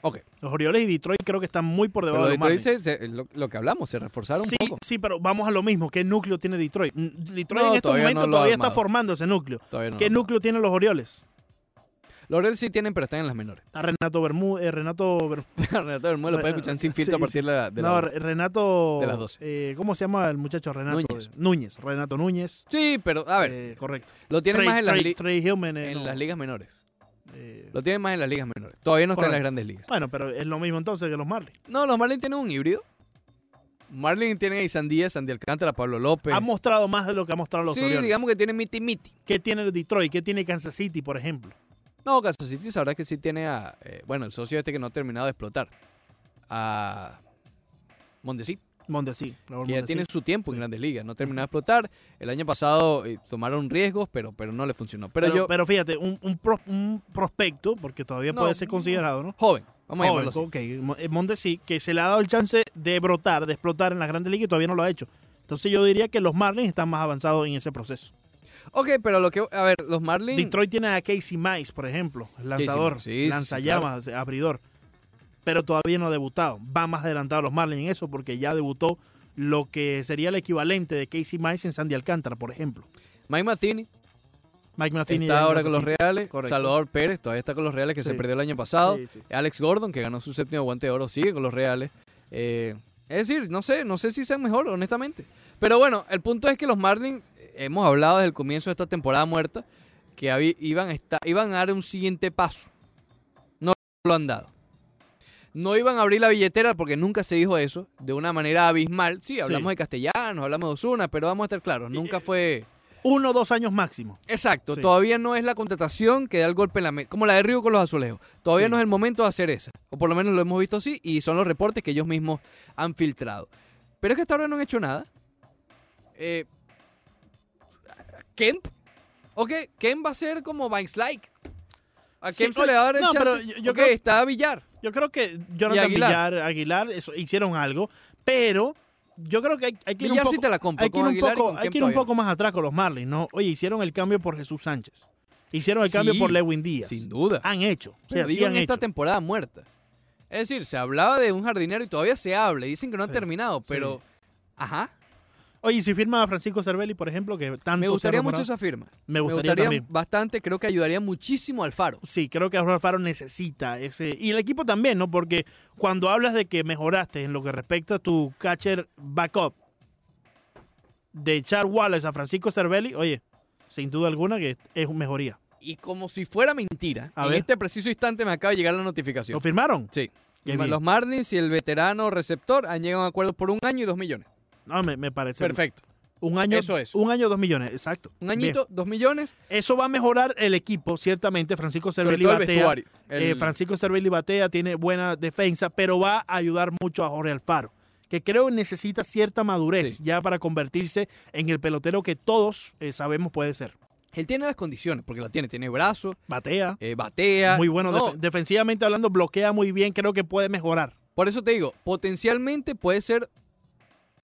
S1: Ok.
S2: Los Orioles y Detroit creo que están muy por debajo
S1: Pero
S2: de los
S1: Detroit
S2: Marlins.
S1: se- se- lo, lo que hablamos, se reforzaron
S2: Sí,
S1: un poco.
S2: sí, pero vamos a lo mismo. ¿Qué núcleo tiene Detroit? Mm, Detroit
S1: No,
S2: en estos
S1: todavía no
S2: momentos
S1: lo ha
S2: todavía está
S1: armado.
S2: formando ese núcleo.
S1: Todavía no.
S2: ¿Qué núcleo tienen los Orioles?
S1: Los Orioles sí tienen, pero están en las menores.
S2: Está Renato Bermú, eh, Renato Ber-
S1: Renato Bermúdez lo puede
S2: Re-
S1: escuchar sin filtro
S2: sí,
S1: a partir de la... de
S2: no,
S1: la-
S2: Re- Renato
S1: de las 12.
S2: eh, ¿Cómo se llama el muchacho Renato? eh,
S1: Núñez.
S2: Núñez, Renato Núñez.
S1: Sí, pero a ver,
S2: Eh, correcto.
S1: lo tienen
S2: Trey-
S1: más en, las,
S2: Trey-
S1: li-
S2: Trey Hillman, eh,
S1: en
S2: no,
S1: las ligas menores.
S2: eh,
S1: Lo tienen más en las ligas menores. Todavía no está en las
S2: Correcto.
S1: grandes ligas.
S2: bueno, pero es lo mismo entonces que los Marlins.
S1: No, los Marlins tienen un híbrido. Marlins tienen a Isandía, Sandy Alcántara, Pablo López.
S2: Han mostrado más de lo que han mostrado los
S1: Pues. sí,
S2: Orioles.
S1: digamos que tienen miti miti.
S2: ¿Qué tiene el Detroit? ¿Qué tiene Kansas City, por ejemplo?
S1: No, Kansas City sabrá que sí tiene a. eh, bueno, el socio este que no ha terminado de explotar. A. Mondesi,
S2: Mondesi. Raúl
S1: que ya
S2: Mondesi.
S1: tiene su tiempo en grandes ligas, no ha terminado de explotar. El año pasado eh, tomaron riesgos, pero, pero no le funcionó. Pero,
S2: pero,
S1: yo,
S2: pero fíjate, un, un pro- un prospecto, porque todavía
S1: No,
S2: puede ser considerado, ¿no?
S1: joven, vamos a
S2: Joven,
S1: llamarlo así.
S2: ok, Mo- eh, Mondesi, que se le ha dado el chance de brotar, de explotar en las grandes ligas y todavía no lo ha hecho. Entonces yo diría que los Marlins están más avanzados en ese proceso.
S1: Ok, pero lo que. A ver, los Marlins.
S2: Detroit tiene a Casey Mize, por ejemplo, el lanzador,
S1: Mize, sí, sí,
S2: lanzallamas, abridor, pero todavía no ha debutado. Va más adelantado los Marlins en eso porque ya debutó lo que sería el equivalente de Casey Mize en Sandy Alcántara, por ejemplo.
S1: Mike Matheny
S2: Mike Matheny
S1: está
S2: ya
S1: ahora
S2: es
S1: con los
S2: así.
S1: Reales.
S2: Correcto.
S1: Salvador Pérez todavía está con los Reales, que se
S2: Sí.
S1: perdió el año pasado.
S2: Sí, sí.
S1: Alex Gordon, que ganó su séptimo guante de oro, sigue con los Reales. Eh, es decir, no sé, no sé si sean mejor, honestamente. Pero bueno, el punto es que los Marlins, eh, hemos hablado desde el comienzo de esta temporada muerta, que habi- iban a, esta- iban a dar un siguiente paso. No lo han dado. No iban a abrir la billetera porque nunca se dijo eso, de una manera abismal. Sí, hablamos
S2: Sí. eh,
S1: de castellanos, hablamos de Osuna, pero vamos a estar claros, nunca fue...
S2: Uno o dos años máximo.
S1: Exacto,
S2: Sí.
S1: todavía no es la contratación que da el golpe en la mesa, como la de Río con los azulejos. Todavía
S2: Sí.
S1: no es el momento de hacer esa, o por lo menos lo hemos visto así, y son los reportes que ellos mismos han filtrado. Pero es que hasta ahora no han hecho nada. Eh, Kemp, ok, Kemp va a ser como Banks Like. A
S2: Sí,
S1: Kemp se
S2: oye,
S1: le va a dar el
S2: no,
S1: chance.
S2: pero yo- yo
S1: Ok,
S2: creo-
S1: está a Villar.
S2: Yo creo que
S1: Y
S2: Jonathan
S1: Aguilar.
S2: Villar, Aguilar, eso, hicieron algo, pero yo creo que hay, hay que ir un
S1: Villar sí
S2: poco,
S1: te la compro.
S2: hay que ir
S1: con
S2: un
S1: Aguilar y
S2: poco,
S1: con
S2: hay
S1: Kemp
S2: que ir un
S1: todavía no.
S2: poco más atrás con los Marlins, ¿no? Oye, hicieron el cambio por Jesús Sánchez. Hicieron el cambio
S1: Sí,
S2: por Lewin Díaz.
S1: Sin duda.
S2: Han hecho. O sea,
S1: Pero
S2: sí
S1: digo
S2: han
S1: en esta
S2: hecho.
S1: temporada muerta. Es decir, se hablaba de un jardinero y todavía se habla. y Dicen que no han
S2: Sí,
S1: terminado, pero. Ajá.
S2: Oye, ¿y si firma a Francisco Cervelli, por ejemplo, que tanto
S1: Me
S2: se ha
S1: gustaría mucho
S2: rumorado?
S1: esa firma.
S2: Me
S1: Me
S2: gustaría,
S1: gustaría
S2: también.
S1: bastante. Creo que ayudaría muchísimo al Faro.
S2: Sí, creo que Arroyo Alfaro necesita ese. Y el equipo también, ¿no? Porque cuando hablas de que mejoraste en lo que respecta a tu catcher backup, de echar Wallace a Francisco Cervelli, oye, sin duda alguna que es una mejoría.
S1: Y como si fuera mentira,
S2: A
S1: en
S2: ver.
S1: este preciso instante me acaba de llegar la notificación.
S2: ¿Lo firmaron?
S1: Sí.
S2: Qué
S1: Ma-
S2: bien.
S1: Los Marlins y el veterano receptor han llegado a un acuerdo por un año y dos millones.
S2: No, me, me parece.
S1: Perfecto.
S2: Un año,
S1: Eso es.
S2: Un año, dos millones, exacto.
S1: Un añito, dos millones,
S2: Bien. Eso va a mejorar el equipo, ciertamente. Francisco
S1: sobre
S2: Cervelli
S1: todo el
S2: batea.
S1: vestuario. El-
S2: Eh, Francisco Cervelli batea, tiene buena defensa, pero va a ayudar mucho a Jorge Alfaro, que creo necesita cierta madurez
S1: Sí.
S2: ya para convertirse en el pelotero que todos eh, sabemos puede ser.
S1: Él tiene las condiciones, porque la tiene. Tiene brazo,
S2: Batea,
S1: eh, batea.
S2: muy bueno,
S1: No,
S2: def- defensivamente hablando, bloquea muy bien, creo que puede mejorar.
S1: Por eso te digo, potencialmente puede ser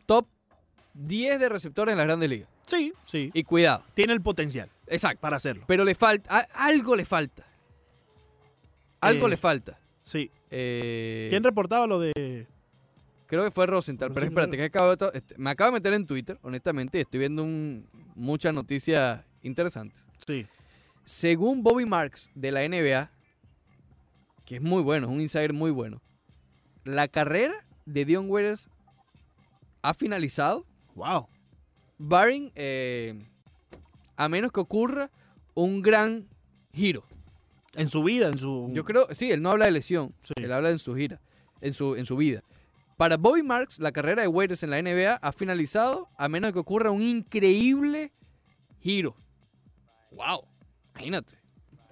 S1: top 10 de receptores en las grandes ligas.
S2: Sí, sí.
S1: Y cuidado.
S2: Tiene el potencial.
S1: Exacto.
S2: para hacerlo.
S1: Pero le falta, a- algo le falta. Algo
S2: Eh,
S1: le falta.
S2: Sí.
S1: Eh,
S2: ¿Quién reportaba lo de
S1: Creo que fue Rosenthal, pero
S2: Rosenthal.
S1: espérate, que acabo de to- este, me acabo de meter en Twitter, honestamente, y estoy viendo un- muchas noticias interesantes.
S2: Sí.
S1: Según Bobby Marks de la NBA, que es muy bueno, es un insider muy bueno, la carrera de Dion Waiters ha finalizado,
S2: Wow.
S1: barring, eh, a menos que ocurra un gran giro.
S2: En su vida, en su.
S1: Yo creo, sí, él no habla de lesión,
S2: Mm. Sí.
S1: él habla en su gira, en su, en su vida. Para Bobby Marks, la carrera de Waiters en la NBA ha finalizado a menos que ocurra un increíble giro. ¡Wow! Imagínate.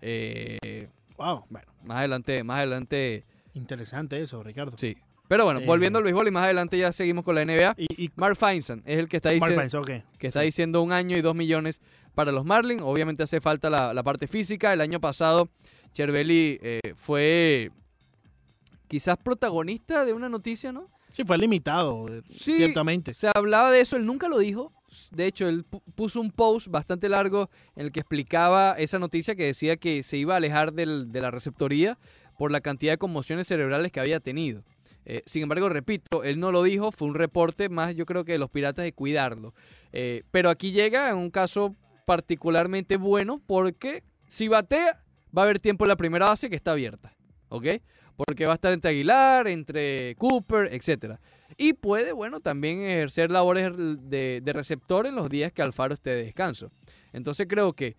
S1: Eh,
S2: Wow. Bueno,
S1: más adelante, más adelante,
S2: interesante eso, Ricardo.
S1: sí. Pero bueno,
S2: Eh.
S1: volviendo al béisbol y más adelante ya seguimos con la NBA.
S2: Y, y
S1: Mark Feinstein es el que está
S2: Mark
S1: diciendo,
S2: Feinstein, ok.
S1: que está diciendo un año y dos millones para los Marlins. Obviamente hace falta la, la parte física. El año pasado, Cherveli fue quizás protagonista de una noticia, ¿no?
S2: Sí, fue limitado, eh,
S1: Sí.
S2: ciertamente.
S1: Se hablaba de eso, él nunca lo dijo. De hecho, él pu- puso un post bastante largo en el que explicaba esa noticia que decía que se iba a alejar del- de la receptoría por la cantidad de conmociones cerebrales que había tenido. Eh, sin embargo, repito, él no lo dijo, fue un reporte más yo creo que de los piratas de cuidarlo. Eh, pero aquí llega en un caso particularmente bueno porque si batea va a haber tiempo en la primera base que está abierta, ¿ok? Porque va a estar entre Aguilar, entre Cooper, etcétera. Y puede, bueno, también ejercer labores de, de receptor en los días que Alfaro esté de descanso. Entonces creo que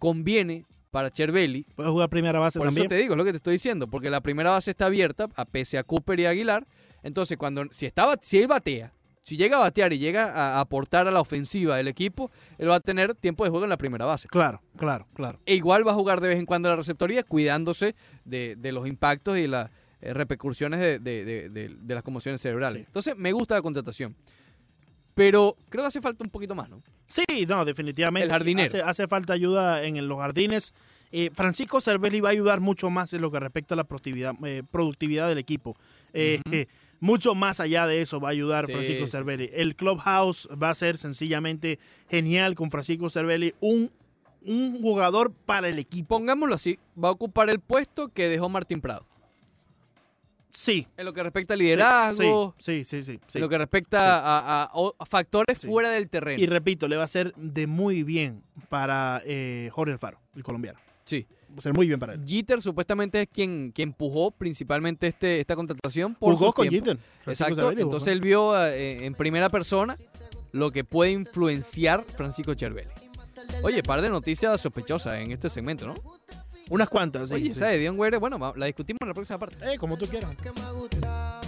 S1: conviene para Chervelli,
S2: Puede jugar primera base
S1: por
S2: también.
S1: eso te digo, es lo que te estoy diciendo, porque la primera base está abierta, a pese a Cooper y Aguilar. Entonces, cuando si, está, bat- si él batea, si llega a batear y llega a aportar a la ofensiva del equipo, él va a tener tiempo de juego en la primera base.
S2: Claro, claro, claro.
S1: E igual va a jugar de vez en cuando a la receptoría, cuidándose de, de los impactos y las eh, repercusiones de, de- de- de- de las conmociones cerebrales.
S2: Sí.
S1: Entonces, me gusta la contratación. Pero creo que hace falta un poquito más, ¿no?
S2: Sí, no, definitivamente.
S1: El jardinero.
S2: Hace, hace falta ayuda en, en los jardines. Eh, Francisco Cervelli va a ayudar mucho más en lo que respecta a la productividad, eh, productividad del equipo. Eh, eh, mucho más allá de eso va a ayudar
S1: Sí,
S2: Francisco
S1: sí,
S2: Cervelli. El Clubhouse va a ser sencillamente genial con Francisco Cervelli. Un, un jugador para el equipo.
S1: Pongámoslo así, va a ocupar el puesto que dejó Martín Prado.
S2: Sí.
S1: En lo que respecta a liderazgo,
S2: Sí, sí, sí. sí, sí.
S1: en lo que respecta a, a- o- a factores
S2: Sí.
S1: fuera del terreno.
S2: Y repito, le va a ser de muy bien para eh, Jorge Alfaro, el colombiano.
S1: sí.
S2: Va a ser muy bien para él.
S1: Jeter supuestamente es quien, quien empujó principalmente este, esta contratación. Por
S2: Jugó
S1: sus
S2: con
S1: tiempos.
S2: Jeter. Francisco
S1: Exacto,
S2: Saverio jugó.
S1: entonces él vio eh, en primera persona lo que puede influenciar Francisco Chervelli. Oye, par de noticias sospechosas en este segmento, ¿no?
S2: Unas cuantas, sí.
S1: Oye,
S2: sí.
S1: esa de Dion Waiters, bueno, va- la discutimos en la próxima parte.
S2: Eh, como tú quieras.
S9: que me ha gustado.